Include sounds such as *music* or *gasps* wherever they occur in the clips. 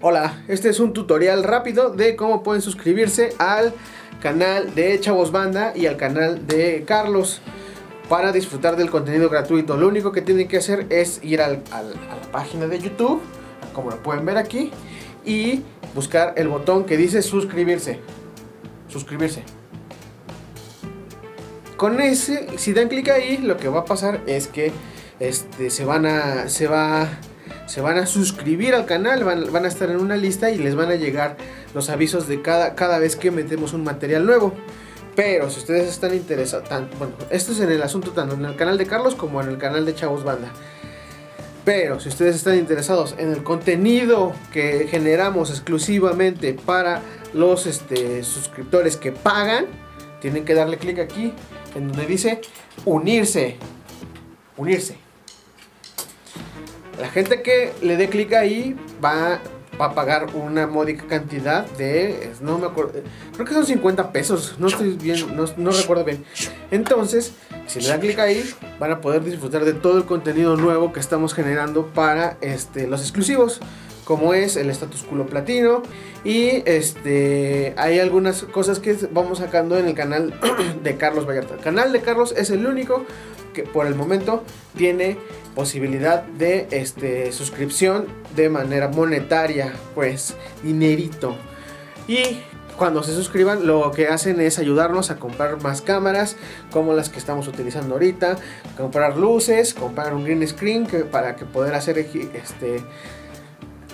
Hola, este es un tutorial rápido de cómo pueden suscribirse al canal de Chavos Banda y al canal de Carlos para disfrutar del contenido gratuito. Lo único que tienen que hacer es ir al- al- a la página de YouTube, como lo pueden ver aquí, y buscar el botón que dice suscribirse. Suscribirse. Con ese, si dan clic ahí, lo que va a pasar es que este, se van a. se va. Se van a suscribir al canal, van, van a estar en una lista y les van a llegar los avisos de cada, cada vez que metemos un material nuevo. Pero si ustedes están interesados, tan- bueno, esto es en el asunto tanto en el canal de Carlos como en el canal de Chavos Banda. Pero si ustedes están interesados en el contenido que generamos exclusivamente para los este, suscriptores que pagan, tienen que darle clic aquí en donde dice unirse. Unirse. La gente que le dé clic ahí va, va a pagar una módica cantidad de. es- No me acuerdo. Creo que son 50 pesos. No estoy bien. No, no recuerdo bien. Entonces, si le dan clic ahí, van a poder disfrutar de todo el contenido nuevo que estamos generando para este, los exclusivos. Como es el status culo platino. Y este. Hay algunas cosas que vamos sacando en el canal *clears throat* de Carlos Vallarta. El canal de Carlos es el único que por el momento tiene posibilidad de este, suscripción de manera monetaria, pues dinerito. Y cuando se suscriban, lo que hacen es ayudarnos a comprar más cámaras, como las que estamos utilizando ahorita, comprar luces, comprar un green screen que- para que poder hacer eji- este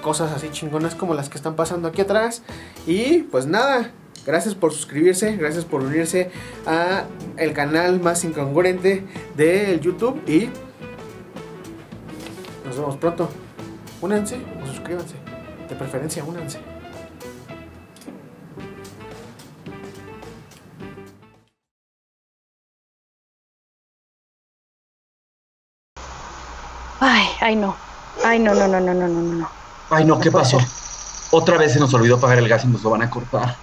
cosas así chingonas como las que están pasando aquí atrás. Y pues nada, gracias por suscribirse, gracias por unirse a el canal más incongruente del YouTube y nos vemos pronto. Únanse o suscríbanse. De preferencia, únanse. Ay, ay no. Ay, no, no, no, no, no, no, no, no. Ay, no, ¿qué pasó? Otra vez se nos olvidó pagar el gas y nos lo van a cortar.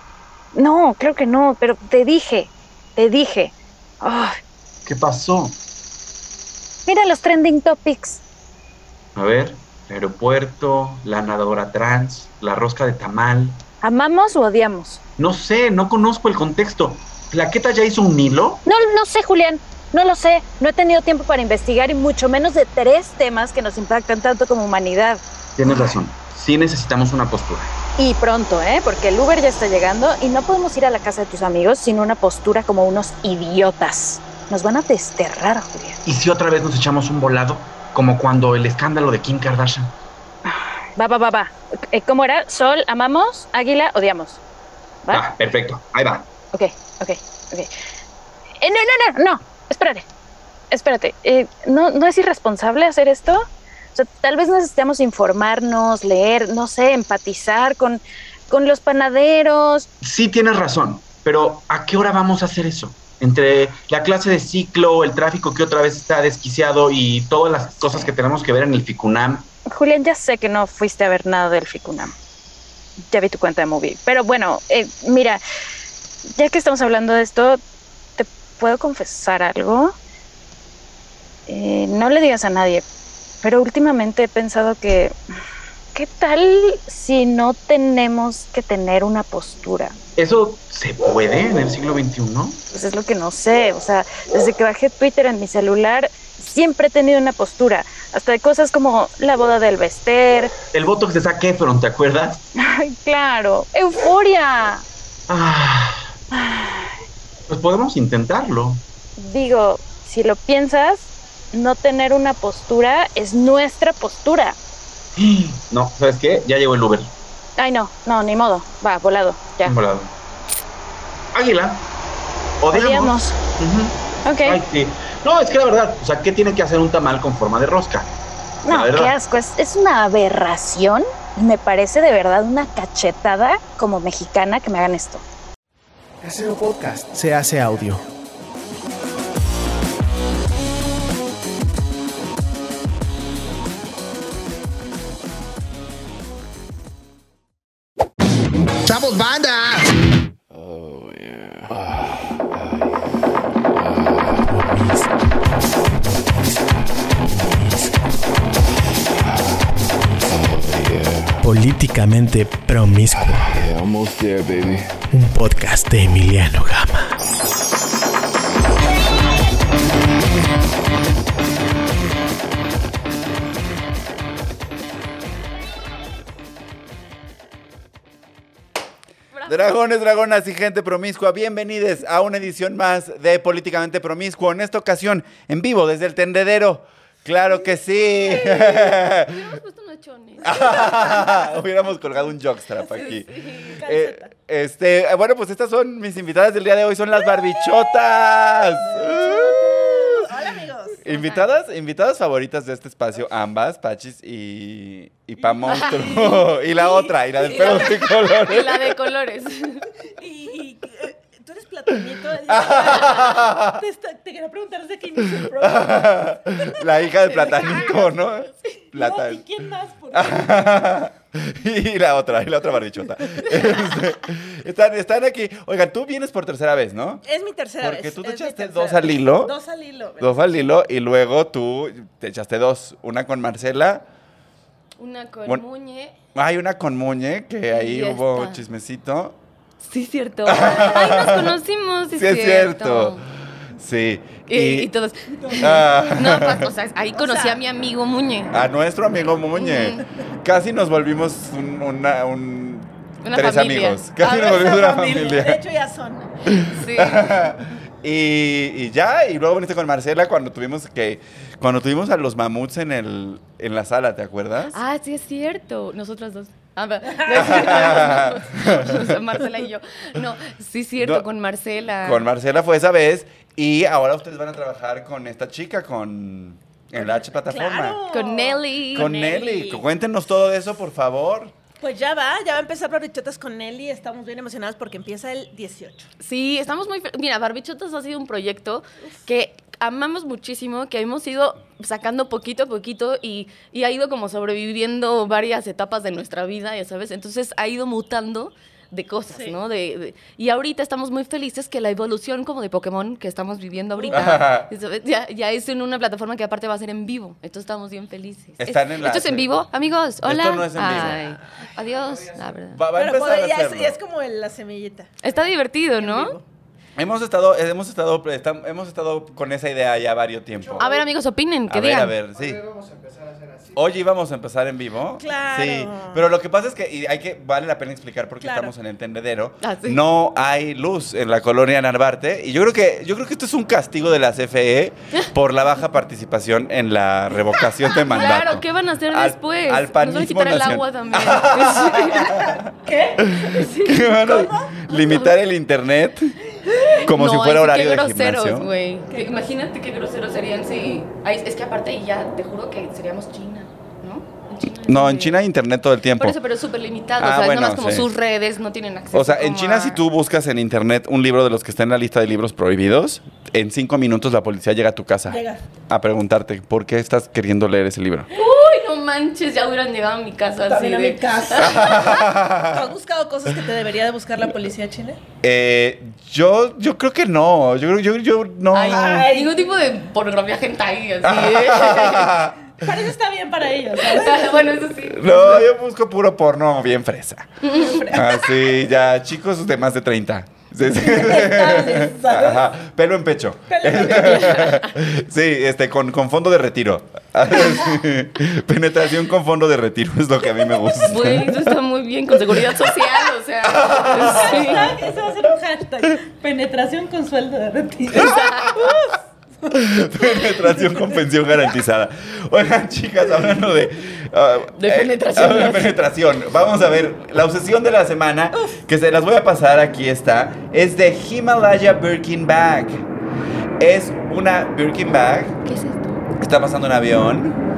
No, creo que no, pero te dije, te dije. Ay, ¿Qué pasó? mira los trending topics. A ver, aeropuerto, la nadadora trans, la rosca de tamal. ¿Amamos o odiamos? No sé, no conozco el contexto. ¿Plaqueta ya hizo un hilo? No, no sé, Julián. No lo sé. No he tenido tiempo para investigar y mucho menos de tres temas que nos impactan tanto como humanidad. Tienes razón, sí necesitamos una postura. Y pronto, ¿eh? Porque el Uber ya está llegando y no podemos ir a la casa de tus amigos sin una postura como unos idiotas. Nos van a desterrar, Julián. ¿Y si otra vez nos echamos un volado? Como cuando el escándalo de Kim Kardashian. Va, va, va, va. Eh, ¿Cómo era? Sol, amamos. Águila, odiamos. ¿Va? Ah, perfecto, ahí va. Ok, ok, ok. Eh, no, no, no, no, espérate, espérate. Eh, ¿no, ¿No es irresponsable hacer esto? O sea, tal vez necesitamos informarnos, leer, no sé, empatizar con, con los panaderos. Sí tienes razón, pero ¿a qué hora vamos a hacer eso? Entre la clase de ciclo, el tráfico que otra vez está desquiciado y todas las cosas que tenemos que ver en el Ficunam, Julián, ya sé que no fuiste a ver nada del Ficunam. Ya vi tu cuenta de movie. Pero bueno, eh, mira, ya que estamos hablando de esto, ¿te puedo confesar algo? Eh, no le digas a nadie, pero últimamente he pensado que, ¿qué tal si no tenemos que tener una postura? ¿eso se puede en el siglo XXI? Pues es lo que no sé, o sea, desde que bajé Twitter en mi celular, siempre he tenido una postura, hasta de cosas como la boda del Bester, El Botox de Zac Efron, ¿te acuerdas? ay, claro, euforia. Ah, pues podemos intentarlo. *gasps* Digo, si lo piensas, no tener una postura es nuestra postura. No, ¿sabes qué? Ya llegó el Uber. Ay, no, no, ni modo, va, volado, ya. Volado. Águila. Odiamos. Odiamos. Ujú. Ok. Ay, sí. No, es que la verdad, o sea, ¿qué tiene que hacer un tamal con forma de rosca? la No, verdad. qué asco. Es, es una aberración. y Me parece de verdad una cachetada como mexicana que me hagan esto. Casero Podcast se hace audio. ¡Chavos, banda! Políticamente Promiscuo. Yeah, almost there, baby. Un podcast de Emiliano Gama. Dragones, dragonas y gente promiscua, bienvenidos a una edición más de Políticamente Promiscuo. En esta ocasión, en vivo desde el tendedero. Claro que sí. Hubiéramos puesto unos chones. *laughs* Ah, Hubiéramos colgado un jockstrap aquí. Sí, Eh, calceta. este, eh, bueno, pues estas son mis invitadas del día de hoy, son las barbichotas. Hola, amigos. Invitadas, invitadas favoritas de este espacio, ambas, Pachis y, *laughs* y Pa Monstruo. y la otra, y la del Y pelo la- *laughs* Y tricolor. la de colores. *laughs* Y, y, eh, tú eres platonito. te, está- te quería preguntar desde que inició el programa. *laughs* la hija del platanito, ¿no? No, ¿Y Platan. quién más? Porque Ah. *laughs* y la otra, y la otra barbichota. *laughs* Este, están, están aquí. Oigan, tú vienes por tercera vez, ¿no? es mi tercera Porque vez. tú te es mi echaste tercera dos al vez. hilo. Dos al hilo. ¿verdad? Dos al hilo y luego tú te echaste dos. Una con Marcela. Una con Bueno. Muñe. Hay una con Muñe, que ahí Y ya hubo está. chismecito. Sí, cierto. Ay, nos conocimos. Sí, Sí, es cierto. Sí. Y, y todos. Ah. No, pa- o sea, ahí conocí a mi amigo Muñe. A nuestro amigo Muñe. Casi nos volvimos un, una, un- Una tres familia. amigos. Casi Ahora nos es volvimos una la familia. De hecho, ya son. Sí. *laughs* y, y ya, y luego viniste con Marcela cuando tuvimos que cuando tuvimos a los mamuts en el en la sala, ¿te acuerdas? Ah, sí, es cierto. Nosotras dos. *laughs* Ah, *laughs* va. No, es cierto. No, Marcela y yo. No, sí, es cierto, No. con Marcela. Con Marcela fue esa vez y ahora ustedes van a trabajar con esta chica con en la H plataforma. Claro. Con Nelly. Con Nelly. Cuéntenos todo eso, por favor. Pues ya va, ya va a empezar Barbichotas con Nelly. Estamos bien emocionados porque empieza el 18. Sí, estamos muy... fe- Mira, Barbichotas ha sido un proyecto que amamos muchísimo, que hemos ido sacando poquito a poquito y, y ha ido como sobreviviendo varias etapas de nuestra vida, ya sabes. Entonces ha ido mutando de cosas, Sí. ¿no? De, de- y ahorita estamos muy felices que la evolución como de Pokémon que estamos viviendo Ajá. ahorita ya sabes, ya, ya es en una plataforma que aparte va a ser en vivo. Entonces estamos bien felices. Están Es- en la- ¿Esto es en vivo, amigos? Hola. Esto no es en vivo. Ay, Adiós. La verdad. Va, va a Pero empezar a podría- es, hacerlo. es como el- la semillita. Está divertido, ¿no? Hemos estado hemos estado estam- hemos estado con esa idea ya varios tiempo. A ver, amigos, opinen, que a ver, digan. a ver, sí. Hoy íbamos a empezar en vivo. Claro. Sí, pero lo que pasa es que y hay que vale la pena explicar porque Claro. estamos en el tendedero. Ah, sí. No hay luz en la colonia Narvarte y yo creo que yo creo que esto es un castigo de la *laughs* CFE por la baja participación en la revocación de mandato. *laughs* Claro, ¿qué van a hacer Al- después? al Nos van a panismo quitar el nacional. *laughs* agua también. ¿Qué van a- limitar el internet como No, si fuera ay, sí, horario qué de groseros, gimnasio. güey. Que- Imagínate qué groseros serían si... Ay, es que aparte y ya, te juro que seríamos China, ¿no? China No, es en de- China hay internet todo el tiempo. Por eso, pero es súper limitado. Ah, o sea, bueno, nomás como sí. sus redes no tienen acceso. O sea, en como China a- si tú buscas en internet un libro de los que está en la lista de libros prohibidos, en cinco minutos la policía llega a tu casa Llega. a preguntarte por qué estás queriendo leer ese libro. Uy, no manches, ya hubieran llegado a mi casa así También a de... *laughs* mi casa. ¿Tú has buscado cosas que te debería de buscar la policía de Chile? Eh, yo, yo creo que no. Yo creo yo, yo no. Ay, Ay. ningún tipo de pornografía hentai, ¿eh? *laughs* así. Para eso está bien para ellos. ¿eh? bueno, eso sí. No, yo busco puro porno *laughs* bien fresa. Así, ya, chicos de más de *laughs* 30. Sí, sí. Estables, ¿sabes? Ajá, pelo en pecho. *laughs* Sí, este, con, con fondo de retiro. *laughs* Penetración con fondo de retiro es lo que a mí me gusta. Güey, eso está muy bien, con seguridad social, o *laughs* sea. sí. Hashtag, Ese va a ser un hashtag. Penetración con sueldo de *laughs* retiro. Penetración con pensión garantizada. Oigan, chicas, hablando de. ah, De eh, penetración. hablando de penetración. Vamos a ver, la obsesión de la semana, que se las voy a pasar, aquí está, es de Himalaya Birkin Bag. Es una Birkin Bag ¿Qué es esto? que está pasando un avión.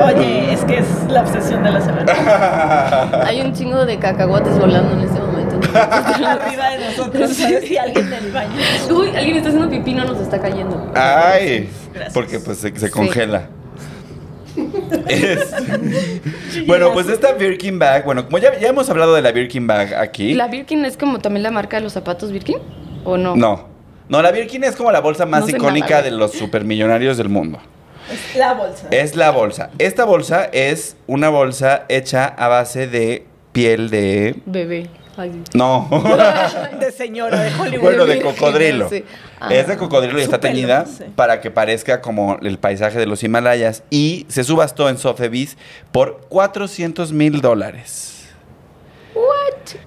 Oye, es que es la obsesión de la semana. Hay un chingo de cacahuates volando en *laughs* este momento. *laughs* Arriba de nosotros, ¿sabes? Y alguien del baño. Uy, alguien está haciendo pipí, no nos está cayendo. Ay, Gracias. porque pues se, se Sí. *laughs* congela. Es- bueno, pues esta Birkin Bag, bueno, como ya, ya hemos hablado de la Birkin Bag aquí. ¿La Birkin es como también la marca de los zapatos Birkin? ¿O no? No. No, la Birkin es como la bolsa más No sé icónica nada. de los supermillonarios del mundo. Es la bolsa. Es la bolsa. Esta bolsa es una bolsa hecha a base de piel de. *laughs* Bebé. Ay. *laughs* No. De señora de Hollywood. bueno, de Bebé. *laughs* cocodrilo. Sí. Ah. Es de cocodrilo y Su está pelo, teñida sí. para que parezca como el paisaje de los Himalayas. Y se subastó en Sotheby's por 400 mil dólares.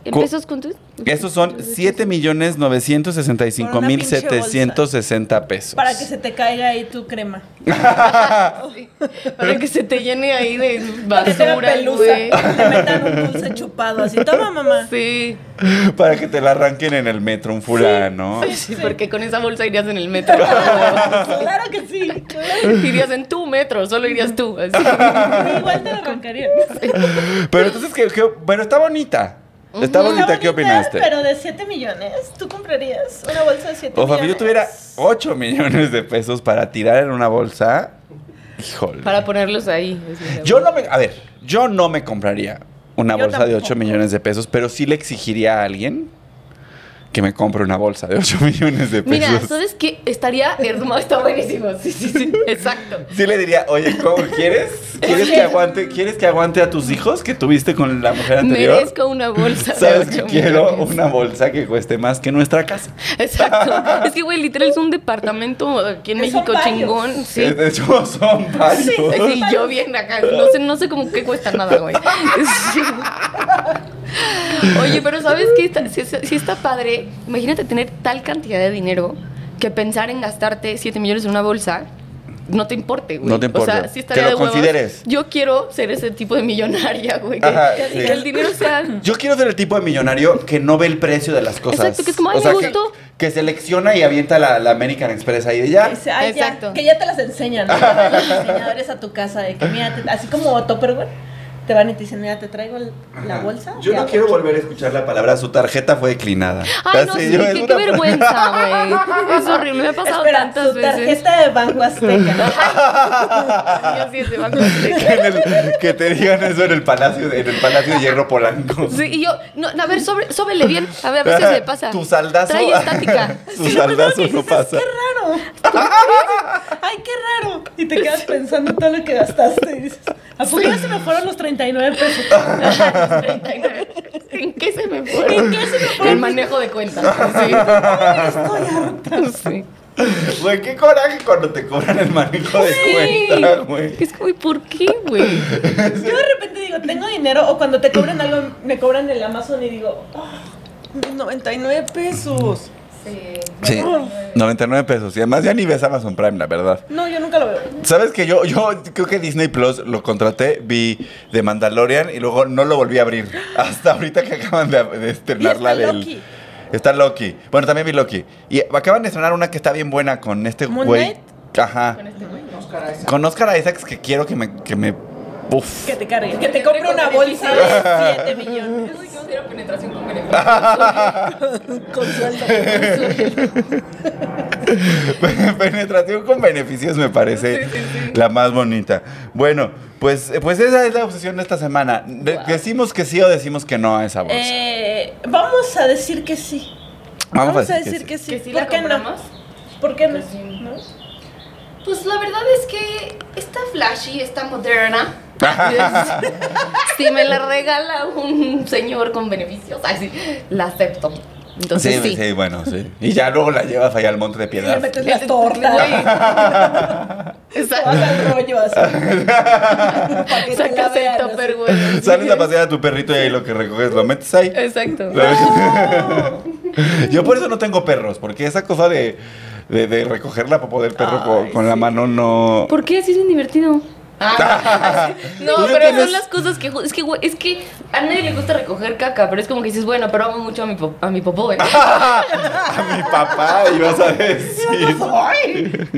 ¿En Cu- pesos cuántos? Esos son 7 millones 965 Por una mil pinche 760 pesos. Para que se te caiga ahí tu crema. Para que se te llene *laughs* ahí de Para que sea basura, pelusa. güey. Te metan un dulce chupado así. Toma, mamá. *laughs* Sí, *laughs* Para que te la arranquen en el metro un fulano. sí, porque con esa bolsa irías en el metro. *laughs* Claro que sí. claro. irías en tu metro, solo irías tú. así. *laughs* Igual te la arrancarían. Pero entonces, ¿qué, qué- bueno, está bonita. Está bonita, Está ¿qué opinaste? Pero de 7 millones, ¿tú comprarías una bolsa de 7 O sea, millones? si yo tuviera 8 millones de pesos para tirar en una bolsa, híjole. Para ponerlos ahí. Yo no me, a ver, yo no me compraría una Yo bolsa de 8 tampoco. millones de pesos, pero sí le exigiría a alguien que me compre una bolsa de 8 *laughs* millones de pesos. Mira, ¿sabes qué? Estaría hermoso, está buenísimo. Sí, *laughs* sí, sí, exacto. Sí le diría, "Oye, ¿cómo quieres? ¿Quieres que aguante, quieres que aguante a tus hijos que tuviste con la mujer anterior?" Merezco una bolsa. de Sabes que ocho quiero millones. una bolsa que cueste más que nuestra casa. Exacto. Es que, güey, literal es un departamento aquí en Son México varios. chingón. *laughs* Sí. De hecho, son varios. Sí, yo bien acá. No sé, no sé cómo que cuesta nada, güey. Sí. Oye, pero ¿sabes qué? Está- sí, sí- sí está padre. Imagínate tener tal cantidad de dinero que pensar en gastarte 7 millones en una bolsa. No te importe, güey. No te O importa. sea, sí estaría Que lo de huevos. consideres. Yo quiero ser ese tipo de millonaria, güey. Que, Ajá, que sí. el dinero sea Yo quiero ser el tipo de millonario que no ve el precio de las cosas. Exacto, que es como, "Ay, me que- gustó". Que, selecciona y avienta la, la American Express ahí de ya. Dice, "Ay, ya", Exacto. que ya te las *laughs* enseñan. ¿no? Van los diseñadores a tu casa de que mira, te- así como Topperware, te van y te dicen, mira, te traigo el- la bolsa. Yo de no a quiero ocho". volver a escuchar la palabra. Su tarjeta fue declinada. Ay, no, Así, sí, yo- qué, es qué una- vergüenza, güey. Es horrible, me ha pasado Espera, tantas su veces. tarjeta de Banco *laughs* Azteca. Yo sí, es de Banco *laughs* Azteca. que, en el- que te digan eso en el Palacio de, en el palacio de Hierro Polanco. Sí, y yo, no, a ver, sobre, sóbele bien, a ver, a ver si se le pasa. Tu saldazo. Trae estática. *laughs* Tu saldazo no pasa. ¡Qué raro! ¡Ay, qué raro! Y te quedas pensando en todo lo que gastaste. Y dices, ¿a poco ya se me fueron los 39 *laughs* pesos? *laughs* ¿En qué se me fue? ¿En qué se me fue? El manejo de cuentas. Estoy harta. Sí. sí. Güey, qué coraje cuando te cobran el manejo de cuenta, güey. Es como, ¿y por qué, güey? Yo de repente digo, tengo dinero, o cuando te cobran algo, me cobran el Amazon y digo, "Oh, 99 pesos. Sí, 99 pesos. Y además ya ni ves Amazon Prime, la verdad. No, yo nunca lo veo. ¿Sabes que yo, yo creo que Disney Plus lo contraté, vi The Mandalorian y luego no lo volví a abrir. *laughs* Hasta ahorita que acaban de, de estrenar Y la está del. Loki. Está Loki. Bueno, también vi Loki. Y acaban de estrenar una que está bien buena con este Moon güey. Knight. este Ajá. Con Oscar Isaacs que quiero que me. Que me uf. Que te cargue, que te compre una bolsa de 7 millones. Cero penetración con Ah. *laughs* Con sueldo. Penetración con beneficios me parece la más bonita. Bueno, pues, pues esa es la obsesión de esta semana. De- ¿Decimos que sí o decimos que no a esa bolsa? Eh, vamos a decir que sí. Vamos, a decir que sí. ¿Que sí ¿Por la qué compramos? no? ¿Por qué no? Pues sí. ¿No? Pues la verdad es que está flashy, *laughs* está moderna. si me la regala un señor con beneficios, así la acepto. Entonces sí, sí. sí, bueno, sí. Y ya luego la llevas allá al monte de Y le piedad. *laughs* metes las tortas. Güey. Vas Exacto. al rollo así. *laughs* Para que te la Sacas vean, el así. topper, güey. *laughs* Sales a pasear a tu perrito y ahí lo que recoges lo metes ahí. Exacto. Lo metes- *laughs* Yo por eso no tengo perros, porque esa cosa de, de, de recoger la popó del perro con, con la mano no... ¿Por qué? Así es bien divertido. Ah, *laughs* no, ¿Tú pero entiendes? son las cosas que. ju- Es que, güey, es que a nadie le gusta recoger caca, pero es como que dices, bueno, pero amo mucho a mi, pop- a mi popó, ¿eh?". güey. Ah, *laughs* *laughs* a mi papá ibas a decir.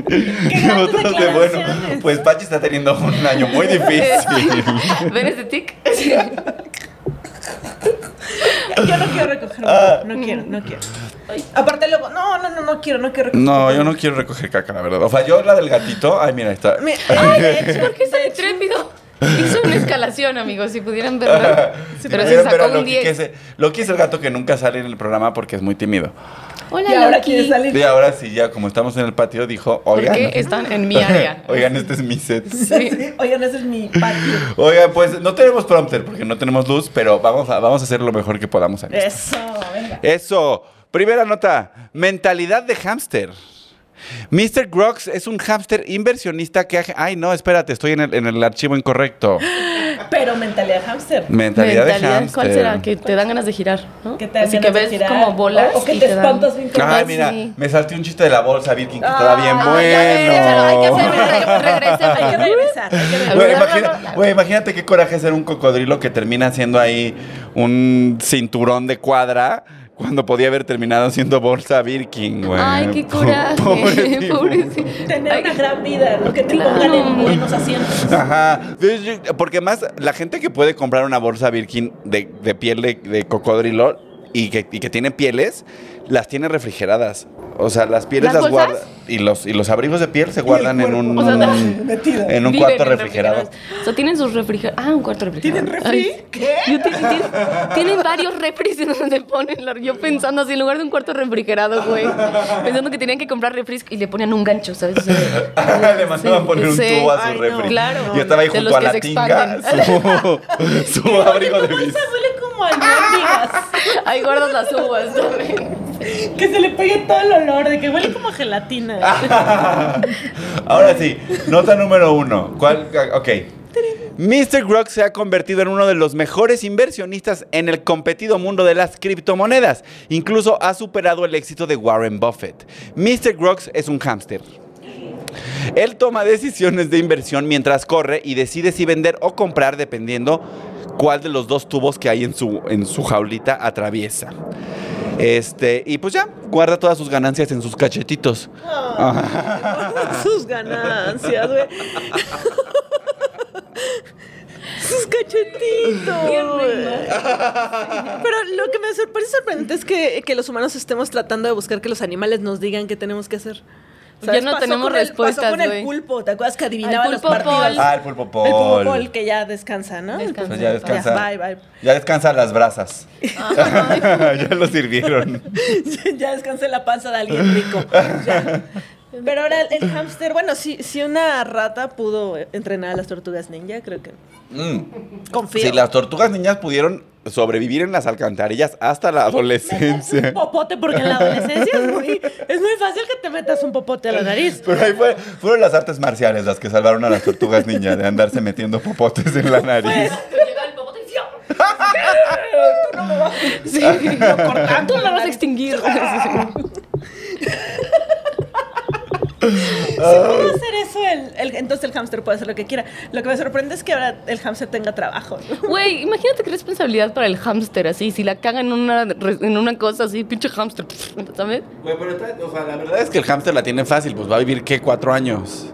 *laughs* Y grandes otros de bueno. declaraciones. Pues Pachi está teniendo un año muy *laughs* difícil. ¿Ven este tic? *laughs* Yo no quiero recoger. Ah. No, no quiero, no quiero. Aparte luego, no, no, no, no quiero, no quiero recoger. No, yo no *laughs* quiero recoger caca, la verdad. O sea, yo la del gatito. Ay, mira, está. Me- Ay, de hecho, ¿Por qué sale trépido? Hizo una escalación, amigos, si pudieran verlo. *laughs* Si Pero se pudieran ver a sacó un Loki, que 10. es- Loki es el gato que nunca sale en el programa porque es muy tímido. Y Hola, ahora Loki. quiere salir. Y ahora sí, ya como estamos en el patio, dijo, ¿Por oigan. qué están en *laughs* mi área? Oigan, este es mi set. Sí. Sí, Oigan, ese es mi patio. Oigan, pues no tenemos prompter porque no tenemos luz, pero vamos a, vamos a hacer lo mejor que podamos. en esto. Eso, venga. Eh. Eso. Primera nota. Mentalidad de hámster. Mr. Grox es un hámster inversionista que... ha- Ay, no, espérate, estoy en el, en el archivo *gasps* incorrecto. Pero mentalidad hámster. Mentalidad, de hámster. ¿Cuál será? Que te dan ganas de girar, ¿no? Que te Así dan que ganas de ves girar. como bolas O- o que y te dan- espantas *laughs* bien cabrón. Ay, Ah, mira, sí. me salté un chiste de la bolsa, Virgin, que estaba bien Ay, bueno. ya ves, échalo, hay que hacer- re- regresemos. Hay que regresar. *laughs* hay que Güey, Bla, regresar. bla, imagina- bla, bla. güey, imagínate qué coraje ser un cocodrilo que termina siendo ahí un cinturón de cuadra cuando podía haber terminado siendo bolsa Birkin, güey. Ay, qué eh, Po- coraje. *laughs* *laughs* pobre tipo. Pobrecito. Tener Ay, una gran vida, ¿no? que te Claro. pongan en buenos asientos. Ajá. Pues, Porque más la gente que puede comprar una bolsa Birkin de, de piel de, de cocodrilo y que, y que tiene pieles, las tiene refrigeradas. O sea, las pieles ¿Las las, bolsas? guarda y los, y los abrigos de piel se guardan en un, O sea, *laughs* metido. en un viven cuarto en refrigerado. refrigeradoras. O sea, tienen sus refrigeradores. Ah, un cuarto refrigerador. ¿Tienen refri? Ay, yo te- tienen, tienen varios refris en donde ponen. la- Yo pensando así, en lugar de un cuarto refrigerado, güey. Pensando que tenían que comprar refris y le ponían un gancho, ¿sabes? O sea, *laughs* Le mandaban sí, poner un sí. tubo a su Ay, no. refri. Claro. y estaba ahí De junto los a que la se tinga su, expanden. su *laughs* abrigo de Oye, tu bis. bolsa huele como *laughs* a albóndigas. Ahí guardas las uvas también. Que se le pegue todo el olor, de que huele como a gelatina. Ah, *laughs* Ahora sí, nota número uno. ¿Cuál? Ok. Mr. Grox se ha convertido en uno de los mejores inversionistas en el competido mundo de las criptomonedas. Incluso ha superado el éxito de Warren Buffett. Mr. Grox es un hámster. Él toma decisiones de inversión mientras corre y decide si vender o comprar dependiendo cuál de los dos tubos que hay en su, en su jaulita atraviesa. Este, y pues ya, guarda todas sus ganancias en sus cachetitos. *laughs* Sus *laughs* ganancias, güey. Sus cachetitos. güey. Pero lo que me sorprende parece sorprendente es que, que los humanos estemos tratando de buscar que los animales nos digan qué tenemos que hacer. Ya no Pasó tenemos con el- pasó respuestas, con el güey. pulpo, ¿te acuerdas que adivinaba Al los pulpo partidos? Paul. Ah, el pulpo El pulpo Paul. Paul, que ya descansa, ¿no? El Pues Descansa. pulpo. ya descansa. Ya, bye, bye. Ya descansa las brasas. *laughs* ya lo sirvieron. *laughs* ya descansé la panza de alguien rico. Ya. Pero ahora el, el hámster, bueno, si, si una rata pudo entrenar a las tortugas ninja, creo que Mm. confío. Si las tortugas niñas pudieron sobrevivir en las alcantarillas hasta la adolescencia. *laughs* Un popote, porque en la adolescencia es muy, es muy fácil que te metas un popote a la nariz. Pero ahí fue- fueron las artes marciales las que salvaron a las tortugas niñas de andarse metiendo popotes en la nariz. Llega el popote y Sí, lo cortan, tú no la vas a *laughs* extinguir. Si pudo hacer eso, el, el- entonces el hámster puede hacer lo que quiera. Lo que me sorprende es que ahora el hámster tenga trabajo. ¿no? Güey, imagínate qué responsabilidad para el hámster así. Si la caga en una, re- en una cosa así, pinche hámster, ¿sabes? Güey, pero está- o sea, la verdad es que el hámster la tiene fácil, pues va a vivir qué cuatro años.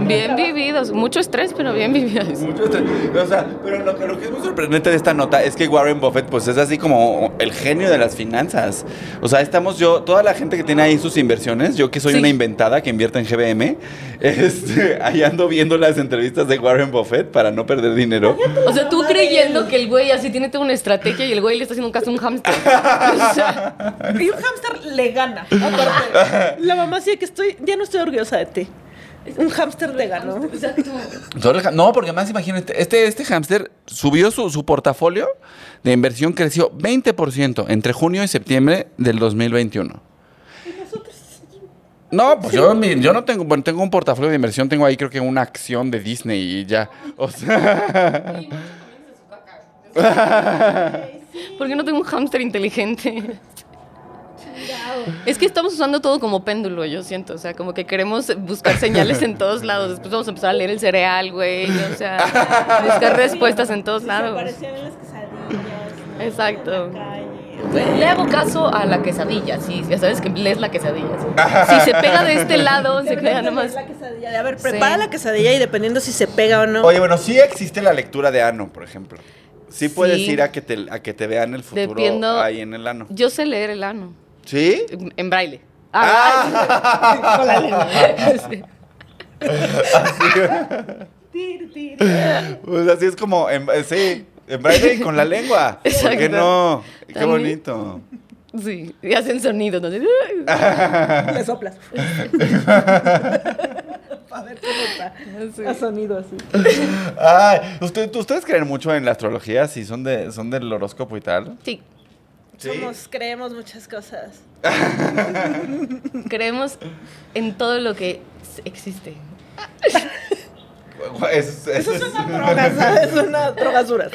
Bien vividos, mucho estrés, pero *laughs* bien vividos. Mucho tra- o sea, pero lo, que- lo que es muy sorprendente de esta nota es que Warren Buffett, pues es así como el genio de las finanzas. O sea, estamos yo, toda la gente que tiene ahí sus inversiones, yo que soy Sí. una inventada que invierte en GBM, *laughs* este, ahí ando viendo las entrevistas de Warren Buffett para no perder dinero. O sea, tú creyendo que el güey así tiene toda una estrategia y el güey le está haciendo un caso a un hámster. *laughs* O sea, Y un hámster le gana. aparte. la mamá sí que estoy, ya no estoy orgullosa de ti. Un hámster te ganó. Solo el ha- No, porque más imagínate, este, este hámster subió su, su portafolio de inversión, creció 20% entre junio y septiembre del 2021. No, pues yo, mi- yo no tengo, bueno, tengo un portafolio de inversión, tengo ahí creo que una acción de Disney y ya. O sea, ¿por qué no tengo un hámster inteligente? Es que estamos usando todo como péndulo, yo siento. O sea, como que queremos buscar señales en *laughs* todos lados. Después vamos a empezar a leer el cereal, güey. O sea, buscar respuestas en todos Sí, lados. Se aparecían en las quesadillas. ¿no? Exacto. En la calle. Le hago caso a la quesadilla, sí. Ya sabes que lees la quesadilla. sí. Si se pega de este *laughs* lado, se queda Dependiendo nomás. de la quesadilla. De, A ver, Sí. prepara la quesadilla y dependiendo si se pega o no. bueno, sí existe la lectura de Ano, por ejemplo. Sí puedes Sí. ir a que te, a que te vean el futuro Depiendo- ahí en el Ano. Yo sé leer el ano. ¿Sí? En braille. Ah, Con la lengua. *laughs* sí. Pues así es como, en, eh, sí, en braille y con la lengua. ¿Por qué Exacto. no? Qué También. bonito. Sí, y hacen sonidos. *laughs* ¿no? Le soplas. *laughs* A ver cómo está. Ha sonido así. Ay, ¿usted- ¿ustedes creen mucho en la astrología? Si son, de, son del horóscopo y tal. Sí, Somos, creemos muchas cosas. creemos en todo lo que s- existe. Es- es- Eso es- es una droga, ¿sabes? Una droga *laughs* dura.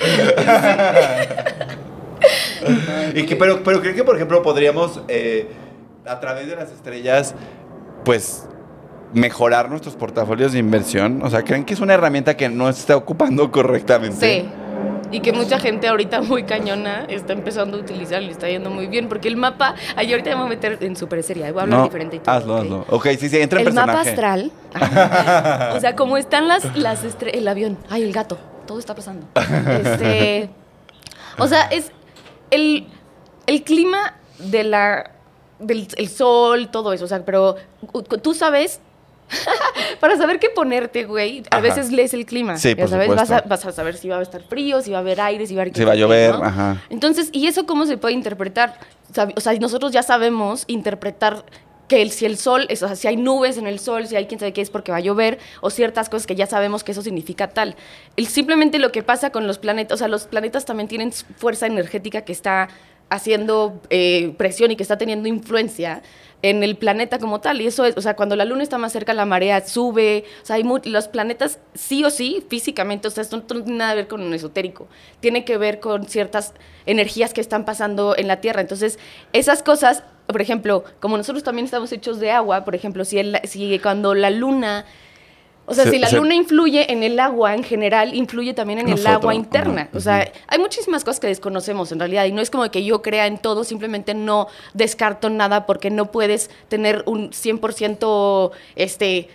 Y que, pero, pero creo que, por ejemplo, podríamos eh, a través de las estrellas, pues mejorar nuestros portafolios de inversión. O sea, ¿creen que es una herramienta que no se está ocupando *laughs* correctamente? Sí. Y que mucha gente ahorita *laughs* muy cañona está empezando a utilizarlo y está yendo muy bien. Porque el mapa, ay, ahorita me voy a meter en super seria, voy a hablar No, diferente y todo. hazlo, ¿ok? hazlo. Ok, sí, sí, entra en El personaje. mapa astral. *laughs* ajá, o sea, como están las, las estre- el avión. Ay, el gato. Todo está pasando. Este, o sea, es el, el clima de la, del el sol, todo eso. O sea, pero u- tú sabes. *laughs* Para saber qué ponerte, güey, a Ajá. veces lees el clima. Sí, ya por sabes, vas a, supuesto. vas a saber si va a estar frío, si va a haber aire, si va a haber... Si va a llover, ¿no? ajá. Entonces, ¿y eso cómo se puede interpretar? Sabi- O sea, nosotros ya sabemos interpretar que el, si el sol, es- o sea, si hay nubes en el sol, si hay quien sabe qué es porque va a llover, o ciertas cosas que ya sabemos que eso significa tal. El, simplemente lo que pasa con los planetas, o sea, los planetas también tienen s- fuerza energética que está haciendo eh, presión y que está teniendo influencia en el planeta como tal. Y eso es, o sea, cuando la luna está más cerca, la marea sube. O sea, hay mu- los planetas sí o sí, físicamente, o sea, esto no tiene nada que ver con un esotérico. Tiene que ver con ciertas energías que están pasando en la Tierra. Entonces, esas cosas, por ejemplo, como nosotros también estamos hechos de agua, por ejemplo, si, el- si cuando la luna... O sea, Se- si la se- luna influye en el agua en general, influye también en el Nosotros, agua interna. ajá, O sea, ujú. hay muchísimas cosas que desconocemos en realidad y no es como que yo crea en todo, simplemente no descarto nada porque no puedes tener un 100% este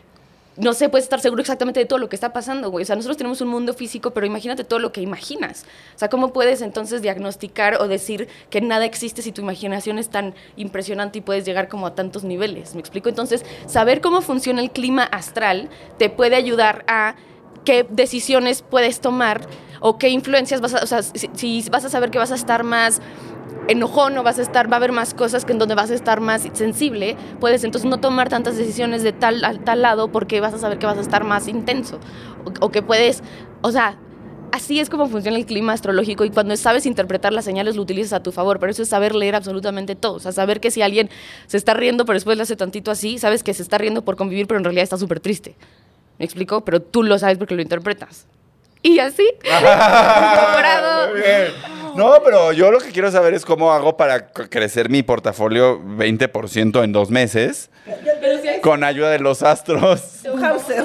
no sé, puedes estar seguro exactamente de todo lo que está pasando, güey. O sea, nosotros tenemos un mundo físico, pero imagínate todo lo que imaginas. O sea, ¿cómo puedes entonces diagnosticar o decir que nada existe si tu imaginación es tan impresionante y puedes llegar como a tantos niveles? ¿Me explico? Entonces, saber cómo funciona el clima astral te puede ayudar a qué decisiones puedes tomar o qué influencias vas a, o sea, si, si vas a saber que vas a estar más enojón o vas a estar, va a haber más cosas que en donde vas a estar más sensible, puedes entonces no tomar tantas decisiones de tal, al tal lado porque vas a saber que vas a estar más intenso o, o que puedes, o sea, así es como funciona el clima astrológico y cuando sabes interpretar las señales lo utilizas a tu favor, pero eso es saber leer absolutamente todo, o sea, saber que si alguien se está riendo pero después le hace tantito así, sabes que se está riendo por convivir pero en realidad está súper triste, ¿me explico? Pero tú lo sabes porque lo interpretas. Y así, *laughs* *laughs* Dorado. Muy bien. No, pero yo lo que quiero saber es cómo hago para c- crecer mi portafolio 20% en dos meses con ayuda de los astros. Un hamster.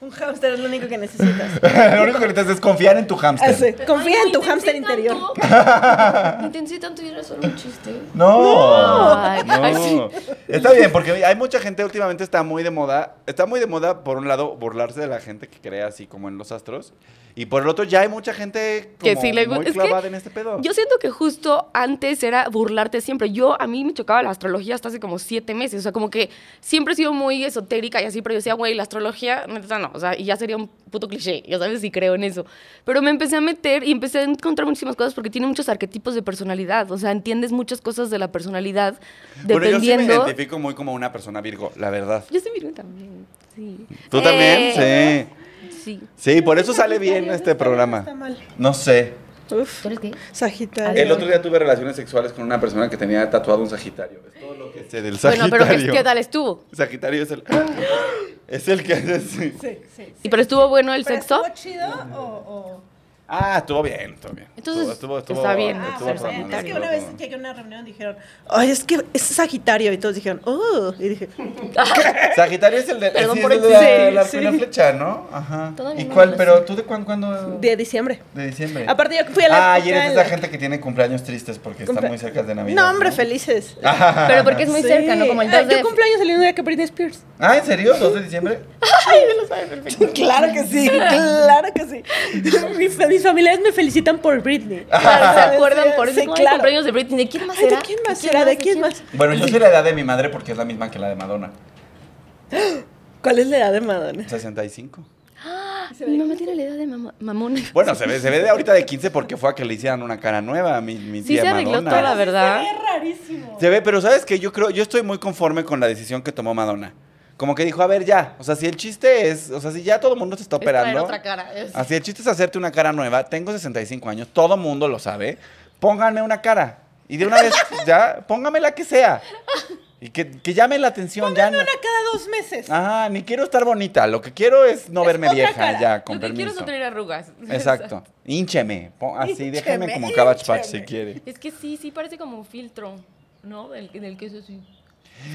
Un hamster es lo único que necesitas. Lo único que necesitas es confiar en tu *laughs* hámster. Así, Confía Ay, en tu güey, hámster intensé interior. *laughs* tanto. Intensé tanto y era solo un chiste. No. Ay, No. ay, sí. Está bien, porque hay mucha gente últimamente está muy de moda. Está muy de moda, por un lado, burlarse de la gente que cree así como en los astros. Y por el otro, ya hay mucha gente como Que sí le gu- muy es que clavada en este pedo. Yo siento que justo antes era burlarte siempre. Yo, a mí me chocaba la astrología hasta hace como siete meses. O sea, como que siempre he sido muy esotérica y así, pero yo decía, güey, la astrología, neta, no. O sea, y ya sería un puto cliché, ya sabes si creo en eso. Pero me empecé a meter y empecé a encontrar muchísimas cosas porque tiene muchos arquetipos de personalidad. O sea, entiendes muchas cosas de la personalidad Bueno, yo sí me dependiendo. identifico muy como una persona Virgo, la verdad. Yo soy virgen también, sí. ¿Tú también? Sí. Sí. Sí. Sí, por eso sale bien este programa. No sé. Uf, Sagitario. El otro día tuve relaciones sexuales con una persona que tenía tatuado un Sagitario. Es todo lo que sé del Bueno, Sagitario. pero ¿qué, qué tal estuvo? Sagitario es el. *gasps* Es el que hace así. Sí, sí. ¿Y pero estuvo bueno el sexo? *laughs* ¿Estuvo chido o...? o- Ah, estuvo bien, estuvo bien. Entonces, Estuvo- estuvo- estuvo- está bien, Ah, estuvo bueno, perfecto. normal, es que estuvo una vez normal. llegué a una reunión y dijeron, ay, es que es Sagitario. Y todos dijeron, oh. Y dije, Sagitario es el de, Perdón sí, por es el de existir. la, la Sí, primera sí. flecha, ¿no? Ajá. Todavía ¿Y no cuál? lo Pero sé. tú de cuándo? cuándo? de diciembre. De diciembre. Aparte yo fui a la Ah, y época eres en esa la- gente que tiene cumpleaños tristes porque Cumple- están muy cerca de Navidad. Ah. No, hombre, felices. Pero porque es muy Sí. cerca, ¿no? Como el Ah, 2 de... Yo cumpleaños el mismo día que Britney Spears. *laughs* Ah, ¿en serio? ¿2 de diciembre? Claro que sí, claro que sí. *laughs* Mis, mis familiares me felicitan por Britney. Claro, ¿Se acuerdan por eso? Sí, Como el claro. cumpleaños de Britney. ¿De quién más Ay, era? ¿de quién más era? ¿De quién más? Bueno, yo soy la edad de mi madre porque es la misma que la de Madonna. ¿Cuál es la edad de Madonna? 65. Mi mamá tiene la edad de mamá- mamón. Bueno, se ve, se ve de ahorita de 15 porque fue a que le hicieran una cara nueva a mi, mi Sí tía se arregló Madonna. toda la verdad. Se ve, pero sabes que yo creo, yo estoy muy conforme con la decisión que tomó Madonna. Como que dijo, a ver, ya. O sea, si el chiste es, o sea, si ya todo el mundo se está Es traer operando. otra cara. es- Así el chiste es hacerte una cara nueva. Tengo 65 años, todo mundo lo sabe. Pónganme una cara. Y de una vez, ya, póngame la que sea. Y que, que llame la atención. ya no- Una cada dos meses. Ah, ni quiero estar bonita. Lo que quiero es no verme otra vieja, cara. ya, con Lo que quiero permiso. es no tener *laughs* arrugas. Exacto. Híncheme. pon- así, déjame Híncheme, como Cabach Patch si híncheme. quiere. Es que sí, sí parece como un filtro, ¿no? Del, del queso sí.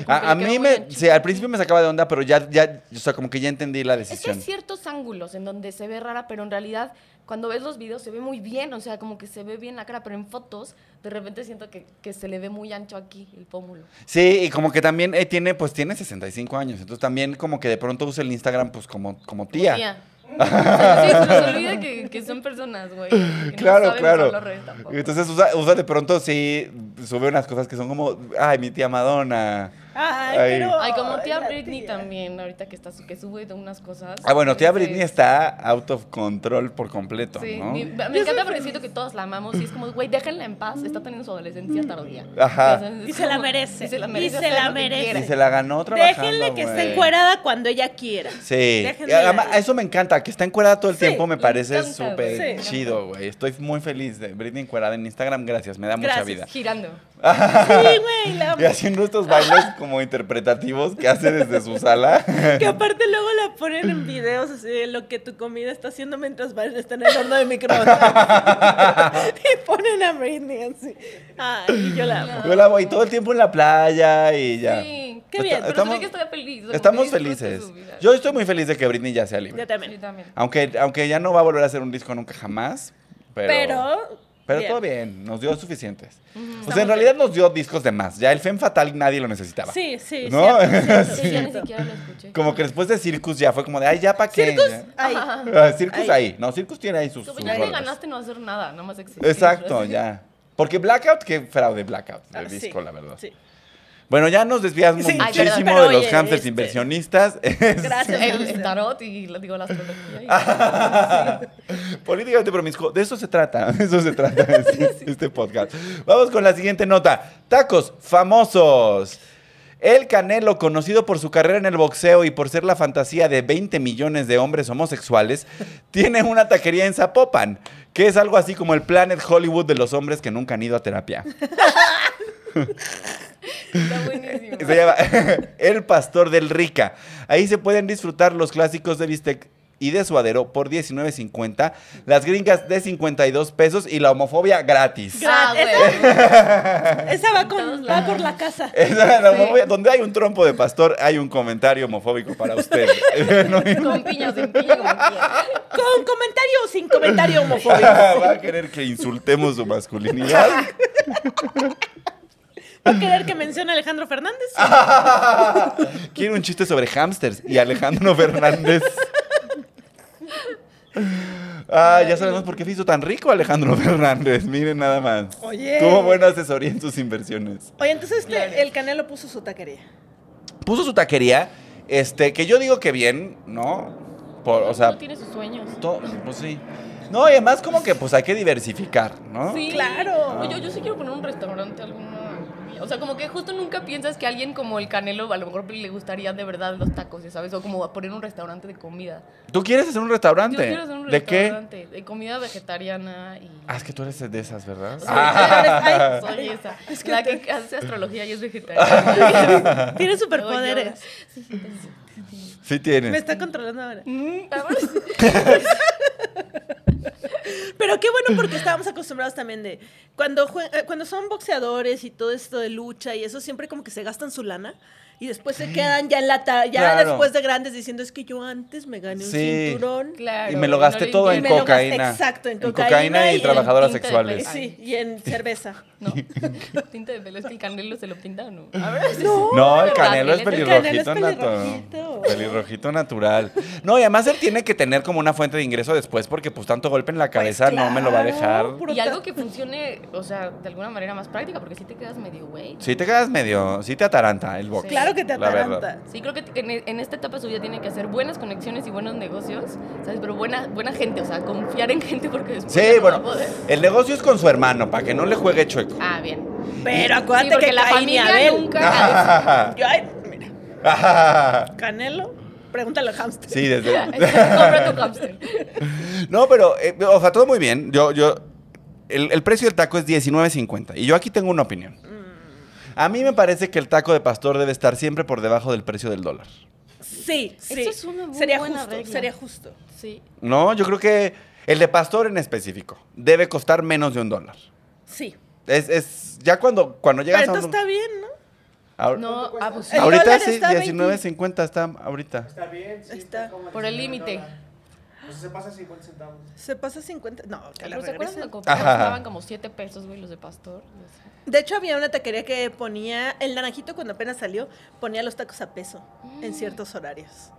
A, a mí me, sí, al principio me sacaba de onda, pero ya, ya, o sea, como que ya entendí la Es que decisión. hay ciertos ángulos en donde se ve rara, pero en realidad cuando ves los videos se ve muy bien, o sea, como que se ve bien la cara, pero en fotos de repente siento que, que se le ve muy ancho aquí el pómulo. Sí, y como que también eh, tiene, pues tiene 65 años, entonces también como que de pronto usa el Instagram pues como, como tía. Tía. *laughs* O sea, sí, se nos olvida que, que son personas, güey. que no Claro, saben usar claro. las redes tampoco. Entonces usa, usa de pronto sí, sube unas cosas que son como, ay, mi tía Madonna. Ay, Ay. pero. Ay, como tía la Britney tía. también, ahorita que está su- que sube de unas cosas. Ah, bueno, tía Entonces, Britney está out of control por completo, Sí, ¿no? mi- me encanta porque siento que todos la amamos y es como, güey, déjenla en paz, está teniendo su adolescencia tardía. Ajá. O sea, es Y se la como- merece. Y se la Y merece. se hacer la lo que merece. quiera. Y se la ganó trabajando, Déjenle que esté güey. encuerada cuando ella quiera. Sí, Déjenme Y además, ir. eso me encanta, que está encuerada todo el Sí, tiempo me me parece encanta, súper güey. Sí. chido, güey. Estoy muy feliz de Britney encuerada en Instagram, gracias, me da mucha Gracias. vida. Girando. *laughs* Sí, güey, la Y haciendo estos bailes como interpretativos que hace desde su *laughs* sala. Que aparte luego la ponen en videos así de lo que tu comida está haciendo mientras va- está en el horno de microondas. y ponen a Britney así. Ay, yo la amo. *laughs* Yo la voy todo el tiempo en la playa y ya. Sí, qué bien. qué bien, pero Pero estamos- estamos, que estoy feliz. o sea, Estamos como que disfrute felices. su vida. Yo estoy muy feliz de que Britney ya sea Yo libre. Sí, también. también. Aunque, aunque ya no va a volver a hacer un disco nunca jamás. Pero. Pero. pero bien. todo bien, nos dio suficientes. O sea, Estamos en realidad nos dio discos de más. Ya el Fem Fatal nadie lo necesitaba. Sí, sí. ¿No? cierto, cierto, Sí, yo ni cierto. siquiera lo escuché. Como que después de Circus ya fue como de, ay, ya para qué. Circus, Ya. ay, Ah, Circus ahí. Ahí. No, Circus tiene ahí sus. Como sus ya te rolas. ganaste no hacer nada, nada más existir. Exacto, ya. Porque Blackout, qué fraude Blackout ah, de sí, disco, la verdad. sí. Bueno, ya nos desviamos Sí. Ay, perdón, muchísimo pero de los oye, hamsters este- inversionistas. *laughs* Gracias. El, el Hamster. tarot y lo- digo las astrología. y- Ah. *laughs* Políticamente promiscuo. De eso se trata. *laughs* De eso se trata este, este podcast. Vamos con la siguiente nota. Tacos famosos. El Canelo, conocido por su carrera en el boxeo y por ser la fantasía de 20 millones de hombres homosexuales, *laughs* tiene una taquería en Zapopan, que es algo así como el Planet Hollywood de los hombres que nunca han ido a terapia. Está buenísimo. *laughs* Se llama El Pastor del Rica. Ahí se pueden disfrutar los clásicos de bistec y de suadero por 19.50, las gringas de 52 pesos y la homofobia gratis. Ah, Esa- güey. Esa va, Todos con, va por la casa. Esa *laughs* es la Sí. homofobia. Donde hay un trompo de pastor, hay un comentario homofóbico para usted. *laughs* *laughs* Con piña, sin piña, como quieras. Con comentario o sin comentario homofóbico. *laughs* Va a querer que insultemos su masculinidad. ¿Va a querer que mencione a Alejandro Fernández? *laughs* Quiero un chiste sobre hamsters y Alejandro Fernández. Ah, ya sabemos por qué se hizo tan rico Alejandro Fernández. Miren nada más. Oye. Tuvo buena asesoría en sus inversiones. Oye, entonces este, el Canelo puso su taquería. Puso su taquería, este, que yo digo que bien, ¿no? Por, o sea, Uno tiene sus sueños. to- pues sí. No, y además como que pues hay que diversificar, ¿no? Sí. Claro. Oye, yo sí quiero poner un restaurante alguna. O sea, como que justo nunca piensas que a alguien como el Canelo a lo mejor le gustaría de verdad los tacos, ya ¿sabes? O como poner un restaurante de comida. ¿Tú quieres hacer un Yo restaurante? quiero hacer un ¿De qué? restaurante de comida vegetariana y. *laughs* Ah, es que tú eres de esas, ¿verdad? Soy- Ah. soy esa. Es que la te- que hace astrología y es vegetariana. Tiene *laughs* Luego superpoderes. Sí Me tienes. está controlando ahora. Mm, vámonos. Pero qué bueno porque estábamos acostumbrados también de cuando jue- eh, cuando son boxeadores y todo esto de lucha y eso siempre como que se gastan su lana y después se quedan ya en la ta- ya Claro. después de grandes diciendo es que yo antes me gané un Sí. cinturón Claro, Y me lo gasté le todo y en me entiendo. lo gasté- cocaína. exacto, en En cocaína cocaína y y en trabajadoras tinta de Y sexuales. pelo. sí, y en cerveza. *laughs* No, tinta de pelo, es que el Canelo se lo pinta o no. A ver, No. No, el ¿verdad? canelo es El canelo es pelirrojito natural. pelirrojito. Pelirrojito natural. No, y además él tiene que tener como una fuente de ingreso después porque pues tanto golpe en la cabeza no me lo va a dejar. Claro, puro Y algo ta- que funcione, o sea, de alguna manera más práctica, porque si te quedas medio güey. Sí te quedas medio, sí te ataranta el box. Sí. Claro, Claro que te la verdad. ataranta. Sí, creo que t- en, e- en esta etapa suya tiene que hacer buenas conexiones y buenos negocios, ¿sabes? Pero buena, buena gente, o sea, confiar en gente porque después ya Sí, no va a bueno, poder. el negocio es con su hermano, para que no le juegue chueco. Ah, bien. Pero Sí, acuérdate porque que la *laughs* familia nunca... Yo, ay, mira, Ajá. Canelo, pregúntale al *laughs* hamster. sí, *laughs* desde... Compra tu hamster. no, pero, eh, o sea, todo muy bien. Yo, yo, el, el precio del taco es 19.50 y yo aquí tengo una opinión. Mm. A mí me parece que el taco de pastor debe estar siempre por debajo del precio del dólar. Sí, sí. Eso es una muy sería buena justo, regla. sería justo. Sí. No, yo creo que el de pastor en específico debe costar menos de un dólar. Sí. Es, es ya cuando, cuando Pero llegas a un... entonces está bien, ¿no? ahora- No, ah, pues, abusé. El ahorita dólar sí, está 19.50 está ahorita. Está bien, sí, Está como por el límite. Pues se pasa 50 centavos. Se pasa 50. No, que la Ah, ¿Pero se acuerdan regresen. cuando co- Ajá. costaban como 7 pesos, güey, los de pastor? No sé. De hecho, había una taquería que ponía, el naranjito cuando apenas salió, ponía los tacos a peso Mm. en ciertos horarios.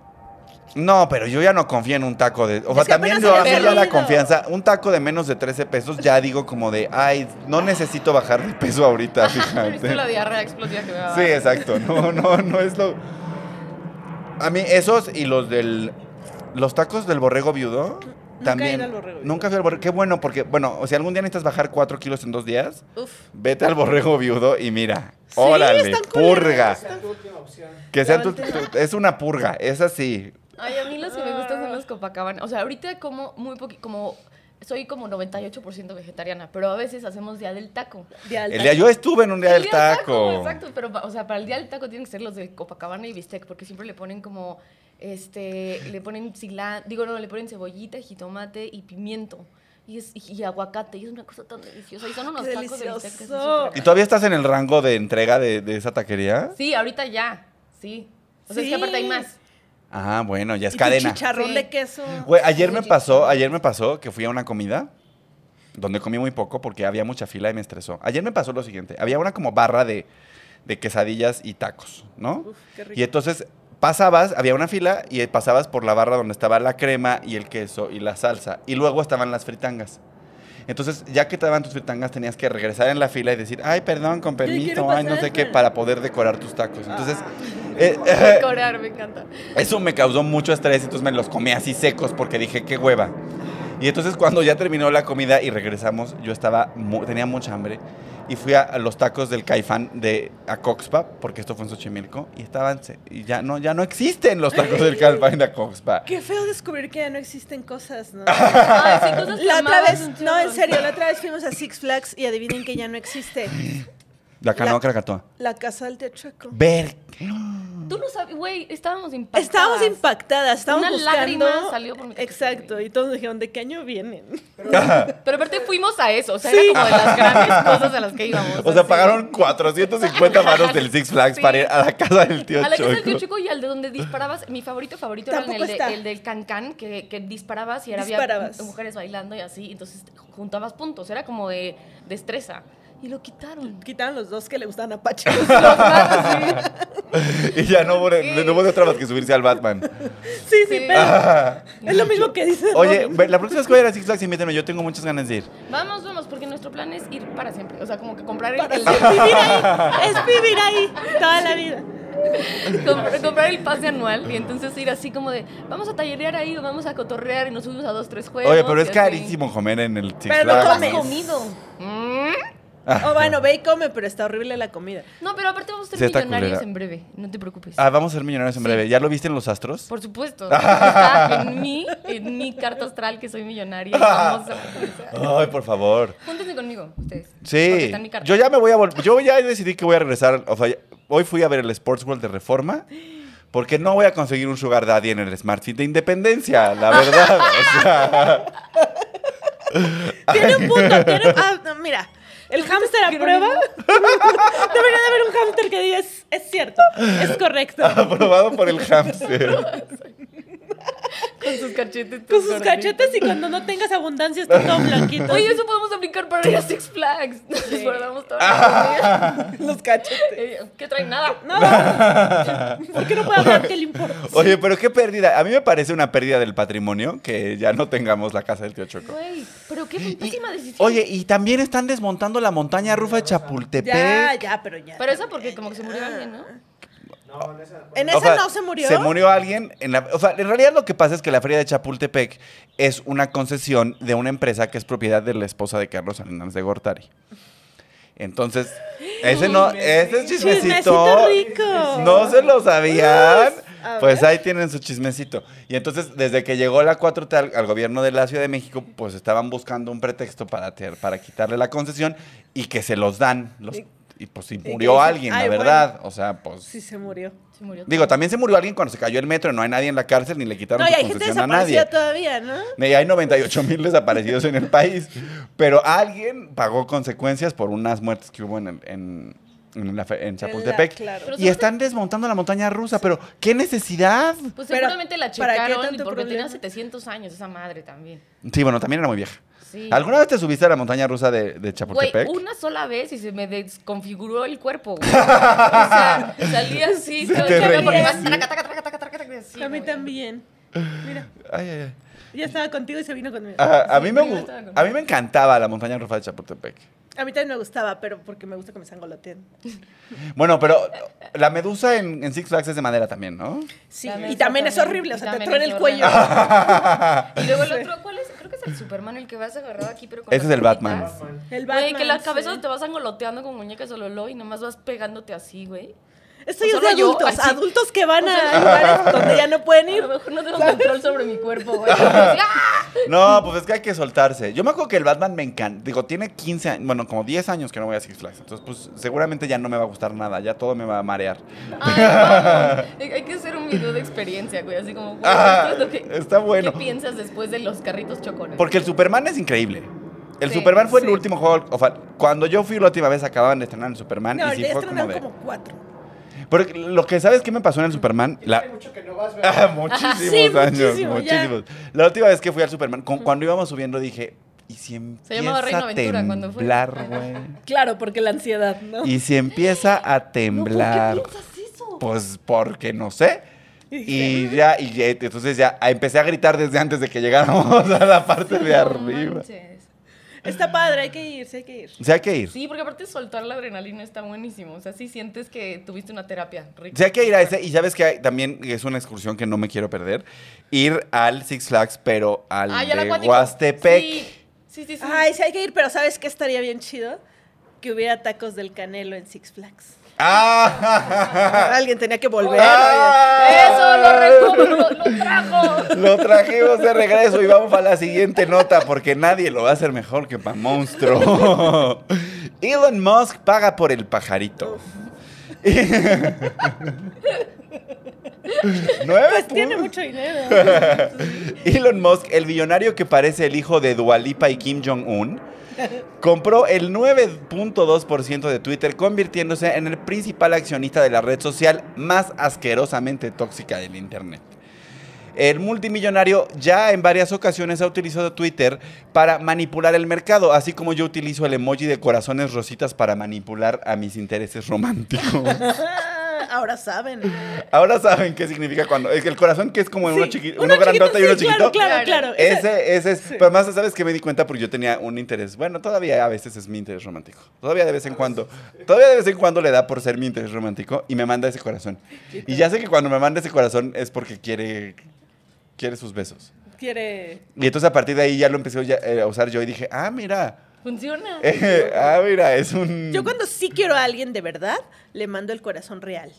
No, pero yo ya no confío en un taco de. O Es sea, que también apenas yo se a le mí ya la perdido. confianza. Un taco de menos de 13 pesos, ya digo como de, ay, no necesito bajar de peso *laughs* ahorita, ¿Viste la fíjate. diarrea explosiva que me va a Ah, Sí, dar? exacto. No, no, no es lo. A mí, esos y los del. Los tacos del borrego viudo. he También. ido al borrego viudo. Nunca fui al borrego. Qué bueno, porque, bueno, o sea, algún día necesitas bajar 4 kilos en dos días, Uf. vete al borrego viudo y mira. Sí, Órale, están culeros, purga. Tu última opción. Que sea tu- tu- es una purga, es así. Ay, a mí los que me gustan Ah. son los Copacabana. O sea, ahorita como muy poquito, como... Soy como 98% vegetariana, pero a veces hacemos día del taco. De alta. El día yo estuve en un día El del taco. Exacto, pero pa- o sea, para el día del taco tienen que ser los de Copacabana y bistec, porque siempre le ponen como este, le ponen cilantro, digo no, le ponen cebollita, jitomate y pimiento. Y, es, y, y aguacate, y es una cosa tan deliciosa. Y son unos Ah, ¡Qué tacos de bistec. que es delicioso! otra ¿Y cosa. todavía estás en el rango de entrega de, de esa taquería? Sí, ahorita ya. Sí. O sea, es Sí. que aparte hay más. *laughs* Ah, bueno, ya es Y tu cadena. chicharrón Sí. de queso. Güey, ayer me Sí, pasó, ayer me pasó que fui a una comida donde comí muy poco porque había mucha fila y me estresó. Ayer me pasó lo siguiente, había una como barra de, de quesadillas y tacos, ¿no? Uf, qué rico. Y entonces pasabas, había una fila y pasabas por la barra donde estaba la crema y el queso y la salsa. Y luego estaban las fritangas. Entonces, ya que estaban tus fritangas, tenías que regresar en la fila y decir, ay, perdón, con quiero permiso, ay, no sé pasar". Ah, qué, para poder decorar tus tacos. Entonces, *laughs* eh, Decorar, *laughs* me encanta. eso me causó mucho estrés, entonces me los comí así secos porque dije, qué hueva. Y entonces cuando ya terminó la comida y regresamos, yo estaba, mu- tenía mucha hambre y fui a, a los tacos del Caifán de a Coxpa, porque esto fue en Xochimilco, y estaban, se- y ya no, ya no existen los tacos del Caifán de Acoxpa. Ah, Qué feo descubrir que ya no existen cosas, *laughs* ¿no? Ay, sí, cosas que La otra amabas vez, un no, en chorro. serio, la otra vez fuimos a Six Flags y adivinen que ya no *laughs* existe. La canoa La- Krakatoa. La casa del teatraco. Ver. Tú no sabes, güey, estábamos impactados. Estábamos impactadas, estábamos Una buscando. lágrima salió por mi cachete, Exacto, güey. y todos dijeron, ¿de qué año vienen? Pero aparte fuimos a eso, o sea, Sí. era como de *laughs* las grandes cosas a las que íbamos. *laughs* O sea, así. pagaron 450 manos del Six Flags Sí. para ir a la casa del tío A la casa del tío Choco. Chico y al de donde disparabas, mi favorito favorito era Tampoco el, de- está. el del cancán, que, que disparabas y era Disparabas. había mujeres bailando y así, entonces juntabas puntos, era como de destreza. Y lo *laughs* quitaron. Quitaron los dos que le gustaban a *laughs* Pacho. Los más, sí. *laughs* Y ya no hubo, no hubo de otra más que subirse al Batman. *laughs* Sí, sí, Sí. pero es lo mismo que dice Oye, Robin. ve, *laughs* la próxima vez que vaya a Six Flags, invítame. Yo tengo muchas ganas de ir. Vamos, vamos, porque nuestro plan es ir para siempre. O sea, como que comprar el, Para el- ser- *laughs* vivir ahí, es vivir ahí toda la vida. compr- comprar el pase anual y entonces ir así como de, vamos a tallerear ahí, o vamos a cotorrear y nos subimos a dos, tres juegos. Oye, pero es y así. carísimo comer en el Six Pero Flags. no Has comes. comido. Mm. O bueno, ve y come, pero está horrible la comida. No, pero aparte vamos a ser Sí, está millonarios culera. en breve, no te preocupes. Ah, vamos a ser millonarios en breve. ¿Ya lo viste en los astros? Por *laughs* supuesto. Está en mí, en mi carta astral que soy millonaria. y famosa. *laughs* Ay, por favor. Júntense conmigo, ustedes. Porque Sí. está en mi carta. Yo ya me voy a volver. Yo ya decidí que voy a regresar. O sea, ya- hoy fui a ver el Sports World de Reforma. Porque no voy a conseguir un Sugar Daddy en el Smart Fit de Independencia, la verdad. O sea, *laughs* Tiene un punto, tiene *laughs* ah, no, mira. El hámster a prueba. *laughs* Debería de haber un hámster que diga, es, es cierto, es correcto. aprobado Ah, por el hamster. Con sus cachetes. Con todos sus gorditos. cachetes y cuando no tengas abundancia está todo blanquito. Oye, eso podemos aplicar para ir a Six Flags. Nos guardamos *laughs* toda la comida. *laughs* los cachetes. Eh, ¿Qué traen? Nada. Nada. ¿Por qué no *laughs* puede hablar? ¿Qué le importa? Oye, pero qué pérdida. A mí me parece una pérdida del patrimonio que ya no tengamos la casa del tío Choco. Güey, pero qué pésima decisión. Oye, y también están desmontando la montaña rufa de Chapultepec. Ya, ya, pero ya. Ah. Pero esa porque como que se murió alguien, ¿no? En O esa sea, no se murió. Se murió alguien. En la, o sea, en realidad lo que pasa es que la feria de Chapultepec es una concesión de una empresa que es propiedad de la esposa de Carlos Salinas de Gortari. Entonces, ese no, ese chismecito. Chismecito rico. No se lo sabían. Uf, a Pues ver. ahí tienen su chismecito. Y entonces, desde que llegó la 4T al, al gobierno de la Ciudad de México, pues estaban buscando un pretexto para, ter- para quitarle la concesión y que se los dan. los- y pues si que murió dicen, alguien, la "Ay, bueno". verdad. O sea, pues. Sí, se murió. Se murió. Digo, también se murió alguien cuando se cayó el metro, no hay nadie en la cárcel ni le quitaron No, y su hay gente concesión a nadie. desaparecida todavía, ¿no? Y hay 98 mil desaparecidos en el país. Pero alguien pagó consecuencias por unas muertes que hubo en, el- en, en la fe- en Chapultepec. claro. Pero Y están desmontando la montaña rusa, pero ¿qué necesidad? Pues Pero, seguramente la ¿para qué checaron porque tanto tenía problema? 700 años esa madre también. Sí, bueno, también era muy vieja. Sí. ¿Alguna vez te subiste a la montaña rusa de, de Güey, Chapultepec? una sola vez y se me desconfiguró el cuerpo, güey. *laughs* O sea, salí así. Se todo te chata, porque reinició. vas traca, taca, traca, taca, taca, taca, así, a mí güey. también. Mira, Ay, ay, ay. ya estaba contigo y se vino conmigo. Ajá, a, Sí, mí me, yo gu- estaba con- a mí me encantaba la montaña rusa de Chapultepec. A mí también me gustaba, pero porque me gusta que me sangoloteen. Bueno, pero la medusa en, en Six Flags es de madera también, ¿no? *laughs* Sí, También y también es está horrible, o y sea, te también truena es el cuello. Y luego el otro, ¿cuál es? Creo que es el Superman el que vas agarrado aquí, pero con Ese las es el Batman. patitas. El Batman. Güey, que la cabeza sí. te vas angoloteando con muñecas de Lolo y nomás vas pegándote así, *laughs* güey. Esto ya es de pues Solo yo, adultos, así. adultos que van O sea, a lugares donde ya no pueden A ir. lo mejor no tengo control sobre mi cuerpo, *laughs* güey. ¡Ah! No, pues es que hay que soltarse. Yo me acuerdo que el Batman me encanta. Digo, tiene 15 años, bueno, como 10 años que no voy a Six Flags. Entonces, pues seguramente ya no me va a gustar nada. Ya todo me va a marear. *laughs* Ay, vamos. Hay hay que hacer un video de experiencia, güey. Así como, güey, Ah, esto es lo *laughs* que- está bueno. ¿Qué piensas después de los carritos chocones? Porque el Superman es increíble. El Sí, Superman fue el sí. último juego. O sea, cuando yo fui la última vez acababan de estrenar el Superman. No, Ah, y sí ya fue como estrenaron de. como cuatro. Pero lo que sabes que me pasó en el Superman. La... Mucho que no vas, ¿verdad? Ah, muchísimos sí, años, muchísimo, ya. muchísimos. La última vez que fui al Superman, cu- cuando íbamos subiendo dije, ¿y si empieza llamaba Reino a Aventura cuando fue. temblar, güey? Claro, porque la ansiedad, ¿no? *laughs* Y si empieza a No, ¿por temblar, qué piensas eso? pues porque no sé. Y ya, y ya, entonces ya empecé a gritar desde antes de que llegáramos a la parte de No arriba. manches. Está padre, hay que irse, hay que ir. O sea, hay que ir. Sí, porque aparte soltar la adrenalina está buenísimo. O sea, sí sientes que tuviste una terapia rica. O sea, hay que ir a ese. Y sabes que hay- también es una excursión que no me quiero perder. Ir al Six Flags, pero al Ah, ya la de acuático. Huastepec. Sí, sí, sí. sí. Ay, sí, hay que ir, pero ¿sabes qué estaría bien chido? Que hubiera tacos del canelo en Six Flags. ¡Ah! Alguien tenía que Eso volver. lo ¡Ah! recuerdo, lo, lo trajo. *laughs* Lo trajimos de regreso y vamos a la siguiente nota porque nadie lo va a hacer mejor que pa monstruo. Elon Musk paga por el pajarito. Nueve Pues tiene puntos. mucho dinero. *laughs* Elon Musk, el millonario que parece el hijo de Dualipa y Kim *laughs* Jong-un, compró el 9.2% de Twitter, convirtiéndose en el principal accionista de la red social más asquerosamente tóxica del Internet. El multimillonario ya en varias ocasiones ha utilizado Twitter para manipular el mercado, así como yo utilizo el emoji de corazones rositas para manipular a mis intereses *laughs* románticos. Ah, *laughs* Ahora saben. Ahora saben qué significa cuando. Es que el corazón que es como uno, Sí, chiqui- uno grandote y uno sí, chiquito. Claro, claro, claro. Esa- Ese, ese es. Pero además, ¿sabes que me di cuenta? Porque yo tenía un interés. Bueno, todavía a veces es mi interés romántico. Todavía de vez en cuando. Todavía de vez en cuando le da por ser mi interés romántico y me manda ese corazón. Y ya sé que cuando me manda ese corazón es porque quiere. Quiere sus besos. Quiere. Y entonces a partir de ahí ya lo empecé ya, eh, a usar yo y dije, ah, mira. *laughs* Funciona. eh, ah, mira, es un. Yo cuando sí quiero a alguien de verdad, le mando el corazón real.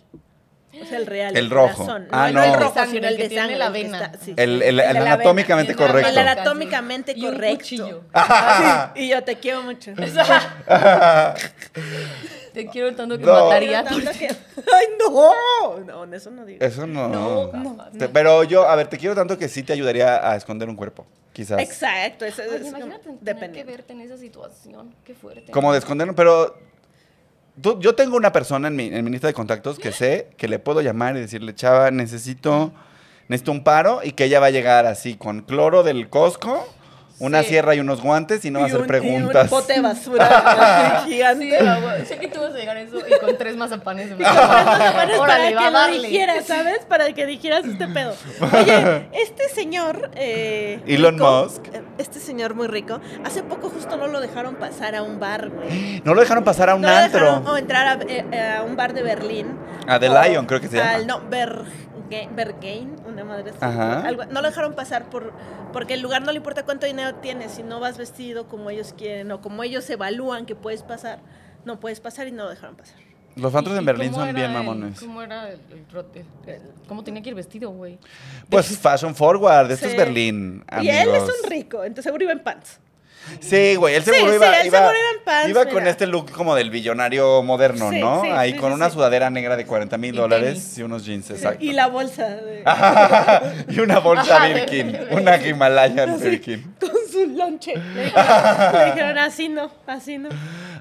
*gasps* O sea, el real. El rojo. corazón. Ah, no, el no. rojo, Sangre, sino el que de tiene sangre. la que vena. está- sí. El, el- de el la anatómicamente vena. correcto. El anatómicamente Y un correcto. cuchillo. Ah, sí, *laughs* Y yo te *laughs* quiero mucho. Te quiero tanto que No. mataría. por ti. *laughs* ¡Ay, no! No, eso no digo. *laughs* Eso no. No, Te- Pero yo, a ver, te quiero tanto que sí te ayudaría a esconder un cuerpo, quizás. Exacto, eso Oye, es imagínate tener como- que depende. verte en esa situación. Qué fuerte. Como de esconderlo, pero tú- yo tengo una persona en mi, en mi lista de contactos que sé que le puedo llamar y decirle, chava, necesito, necesito un paro y que ella va a llegar así con cloro del Costco, una Sí. sierra y unos guantes y no va a Y hacer un- Y preguntas. un pote *laughs* de basura Sí, gigante. a huevo. sé que tú vas a llegar a eso y con tres mazapanes. Y como no te pones para Órale, va a que darle. lo dijeras, ¿sabes? Para que dijeras *laughs* este pedo. Oye, este señor. eh, Elon rico, Musk. eh, Este señor muy rico. Hace poco justo no lo dejaron pasar a un bar, güey. no lo dejaron pasar a un no lo dejaron antro. o entrar a, eh, a un bar de Berlín. A Ah, The O Lion, creo que se llama. Al, no, Berge- Berghain, una madre así. Ajá. Algo- no lo dejaron pasar por, porque el lugar no le importa cuánto dinero tienes, si no vas vestido como ellos quieren o como ellos evalúan que puedes pasar, no puedes pasar y no lo dejaron pasar. Los antros en Berlín son bien mamones. ¿Cómo era el, el trote? ¿Cómo tenía que ir vestido, güey? Pues fashion forward, esto es Sí. Berlín. Y él es amigos. un rico, entonces seguro iba en pants. Sí, güey, él Sí, seguro sí, iba, él iba, seguro iba en pants, iba con mira. este look como del billonario moderno, Sí, ¿no? sí, Ahí sí, con sí, una sí. sudadera negra de 40 mil Y dólares tenis. y unos jeans, exacto. *laughs* Y la bolsa de- y una bolsa Ajá, Birkin, de- una Himalayan Birkin. *laughs* con su lonche. Le dijeron, le dijeron, así no, así no.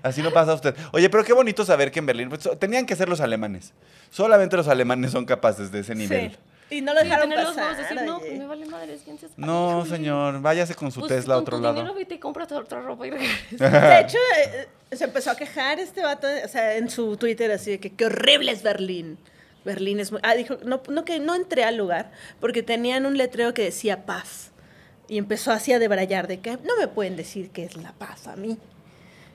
Así no pasa usted. Oye, pero qué bonito saber que en Berlín pues, so- tenían que ser los alemanes. Solamente los alemanes son capaces de ese nivel. Sí. Y no lo dejaron tener los pasar. huevos, decir, no, pues, oye. me vale madre, es quien seas. No, Ay, señor, váyase con su Pues Tesla a con otro tu lado. Dinero, vete y compras otra ropa y regresas. *laughs* De hecho, eh, eh, se empezó a quejar este vato, o sea, en su Twitter, así de que qué horrible es Berlín. Berlín es muy... Ah, dijo, no, no, que no entré al lugar porque tenían un letreo que decía paz. Y empezó así a debrayar de que no me pueden decir que es la paz a mí.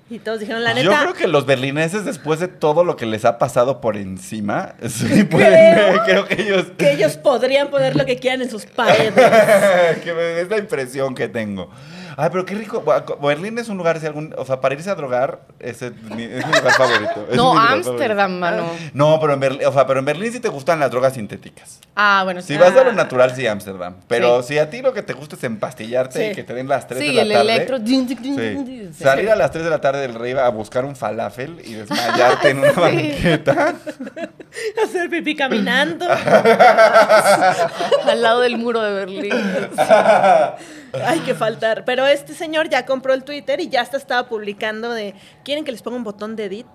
Y todos dijeron, la Yo neta... creo que los berlineses, después de todo lo que les ha pasado por encima, *laughs* sí pueden. Creo que ellos. que ellos podrían poner lo que quieran en sus paredes. *laughs* *laughs* que me- es la impresión que tengo. Ay, pero qué rico. Bu- Berlín es un lugar, si algún, o sea, para irse a drogar, ese es mi, es mi lugar favorito. es mi No, lugar Ámsterdam, mano. favorito. No, pero en Berlín, o sea, pero en Berlín sí te gustan las drogas sintéticas. Ah, bueno. Si sí. vas a lo Ah. natural, sí, Ámsterdam. Pero Sí. si a ti lo que te gusta es empastillarte Sí. y que te den las 3 Sí, de la el tarde. electro. Sí. Salir a las 3 de la tarde del rey a buscar un falafel y desmayarte *laughs* en una banqueta. Hacer pipí caminando. Al lado del muro de Berlín. Hay que faltar. Pero este señor ya compró el Twitter y ya hasta estaba publicando de... ¿Quieren que les ponga un botón de edit?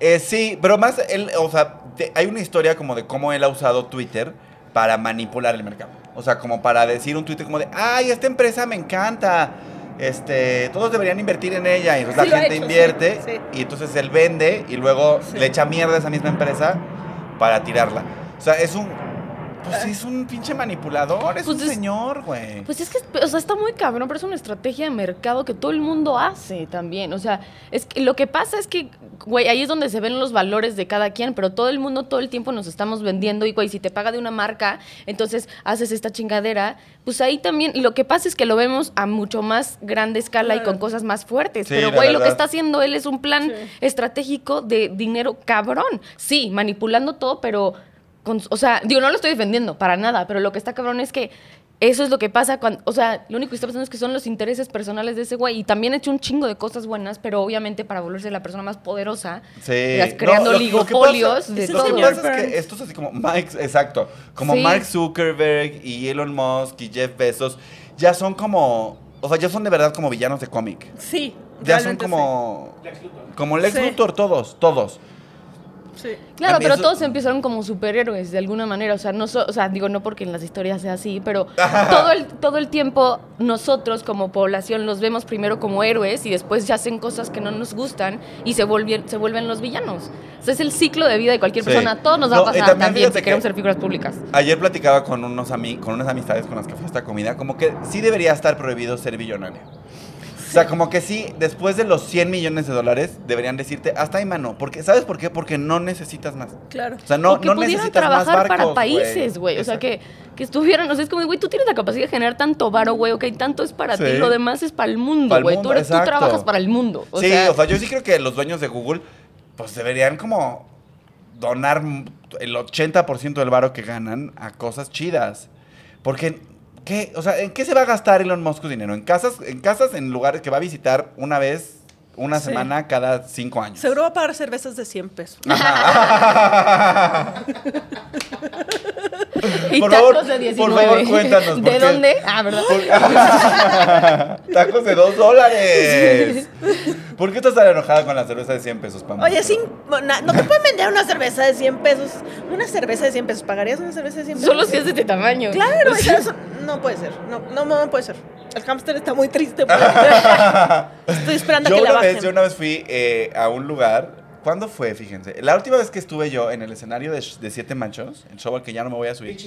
Eh, sí, pero más, él, o sea, te- hay una historia como de cómo él ha usado Twitter para manipular el mercado. O sea, como para decir un Twitter como de, ay, esta empresa me encanta. Este, todos deberían invertir en ella. Y entonces Sí, la lo ha gente hecho, invierte. sí, sí. Y entonces él vende y luego le echa mierda a esa misma empresa para tirarla. O sea, es un. Pues Ah. sí, es un pinche manipulador. Es Pues un es- señor, güey. Pues es que, o sea, está muy cabrón, pero es una estrategia de mercado que todo el mundo hace también. O sea, es que lo que pasa es que, güey, ahí es donde se ven los valores de cada quien, pero todo el mundo todo el tiempo nos estamos vendiendo y, güey, si te paga de una marca, entonces haces esta chingadera. Pues ahí también, lo que pasa es que lo vemos a mucho más grande escala y Claro. con cosas más fuertes. Sí, pero, la güey, lo que verdad. está haciendo él es un plan Sí. estratégico de dinero cabrón. Sí, manipulando todo, pero. con- o sea, digo, no lo estoy defendiendo para nada, pero lo que está cabrón es que eso es lo que pasa cuando. O sea, lo único que está pasando es que son los intereses personales de ese güey. Y también ha hecho un chingo de cosas buenas, pero obviamente para volverse la persona más poderosa, Sí. vas No, lo- creando lo que oligopolios pasa- de Lo que todo. pasa es que estos así como Mike, exacto, como Sí. Mark Zuckerberg y Elon Musk y Jeff Bezos, ya son como, o sea, ya son de verdad como villanos de cómic. Sí. Ya son realmente como como Lex Sí. Luthor todos, todos. sí. Sí. A Claro, mí pero eso- todos empezaron como superhéroes de alguna manera. O sea, no so- o sea, digo, no porque en las historias sea así, *laughs* pero todo el, todo el tiempo nosotros como población los vemos primero como héroes y después ya hacen cosas que no nos gustan y se, volvien- se vuelven los villanos. O sea, es el ciclo de vida de cualquier Sí. persona. A todos nos va No, a y pasar también también, fíjate si queremos que- ser figuras públicas. Ayer platicaba con unos ami- con unas amistades con las que fui a esta comida, como que sí debería estar prohibido ser billonario. O sea, como que sí, después de los 100 millones de dólares, deberían decirte, hasta ahí mano. Porque, ¿Sabes por qué? Porque no necesitas más. Claro. O sea, no, o que no pudieran necesitas más trabajar barcos, para países, güey. O sea, Exacto. que, que estuvieran, o sea, es como, güey, tú tienes la capacidad de generar tanto varo, güey, ok, tanto es para Sí. ti, lo demás es para el mundo, Pa'l güey. mundo, Tú, eres- tú exacto. trabajas para el mundo. O sí, sea, o sea, yo sí creo que los dueños de Google, pues deberían como donar m- el 80% del varo que ganan a cosas chidas. Porque, ¿qué? O sea, ¿en qué se va a gastar Elon Musk su dinero? En casas, en casas, en lugares que va a visitar una vez, una Sí. semana cada cinco años. Seguro va a pagar cervezas de 100 pesos. Ajá. *laughs* Y Por tacos favor, de por 19. favor, cuéntanos, ¿De ¿por qué? dónde? Ah, ¿verdad? Tacos de dos *laughs* dólares. ¿Por qué estás tan enojada con la cerveza de 100 pesos, Pam? Oye, sin, na- no te pueden vender una cerveza de 100 pesos. Una cerveza de 100 pesos. ¿Pagarías una cerveza de 100 pesos? Solo si es de este tamaño. Claro, o sea, son- no puede ser. No, no, no puede ser. El hámster está muy *laughs* triste. por ahorita. *laughs* Estoy esperando a yo que la una bajen. vez, yo una vez fui eh, a un lugar. ¿Cuándo fue? Fíjense. La última vez que estuve yo en el escenario de, de Siete Machos, el show al que ya no me voy a subir.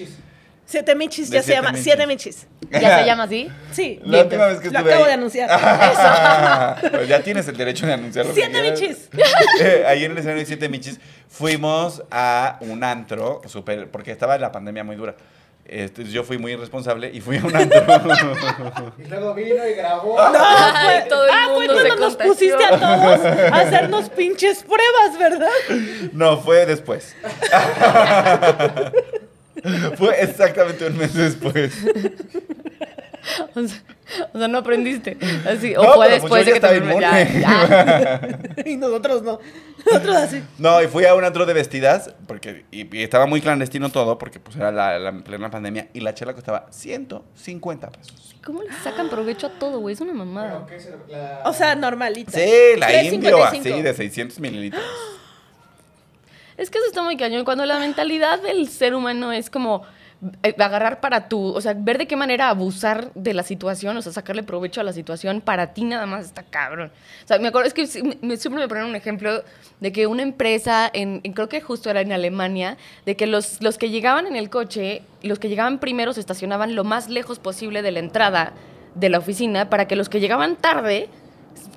Siete michis, De ya se siete llama. michis. Siete michis. ¿Ya se llama así? Sí. La última vez que Lo estuve acabo ahí. Ah, de *laughs* anunciar. Pues ya tienes el derecho de anunciar lo que Siete quieras. michis. *laughs* Eh, ahí en el escenario de Siete Michis fuimos a un antro, super, porque estaba la pandemia muy dura. Este, yo fui muy irresponsable y fui a un antro. *laughs* Y luego vino y grabó. Ay, todo el ah, fue mundo cuando se nos contagió. pusiste a todos a *laughs* hacernos pinches pruebas, ¿verdad? no, fue después. *laughs* fue exactamente un mes después. *laughs* O sea, o sea, no aprendiste. Así, o No, fue pero, pues, yo después de ya que te estaba enferme- *laughs* ya, ya. Y nosotros no. Nosotros así. No, y fui a un antro de vestidas, porque y, y estaba muy clandestino todo, porque pues era la, la plena pandemia, y la chela costaba 150 pesos. ¿Cómo le sacan provecho a todo, güey? Es una mamada. O sea, normalita. Sí, la indio 3.55. así de 600 mililitros. Es que eso está muy cañón. Cuando la mentalidad del ser humano es como eh, agarrar para tu, o sea, ver de qué manera abusar de la situación, o sea, sacarle provecho a la situación para ti nada más está cabrón. O sea, me acuerdo, es que sí, me- me- siempre me ponen un ejemplo de que una empresa, en, en- creo que justo era en Alemania, de que los, los que llegaban en el coche, los que llegaban primero se estacionaban lo más lejos posible de la entrada de la oficina para que los que llegaban tarde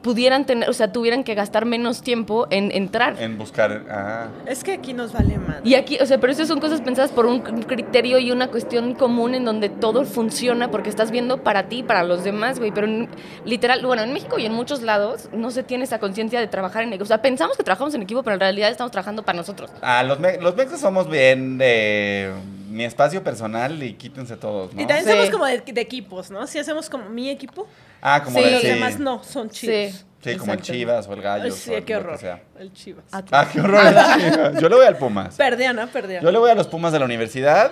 pudieran tener, o sea, tuvieran que gastar menos tiempo en entrar. En buscar. Ah. Es que aquí nos vale madre. Y aquí, o sea, pero esas son cosas pensadas por un criterio y una cuestión común en donde todo funciona porque estás viendo para ti, para los demás, güey. Pero en- literal, bueno, en México y en muchos lados no se tiene esa conciencia de trabajar en equipo. O sea, pensamos que trabajamos en equipo, pero en realidad estamos trabajando para nosotros. Ah, los, me los mexas somos bien de mi espacio personal y quítense todos, ¿no? Y también Sí. somos como de, de equipos, ¿no? Si hacemos como mi equipo, Ah, como Sí. de- los sí. demás no, son chidos. Sí. Sí, como el Exacto. Chivas o el Gallo. Ay, sí, qué horror. El Chivas. Ah, qué horror el Chivas. Yo le voy al Pumas. Perdía, ¿no? Perdía. Yo le voy a los Pumas de la universidad,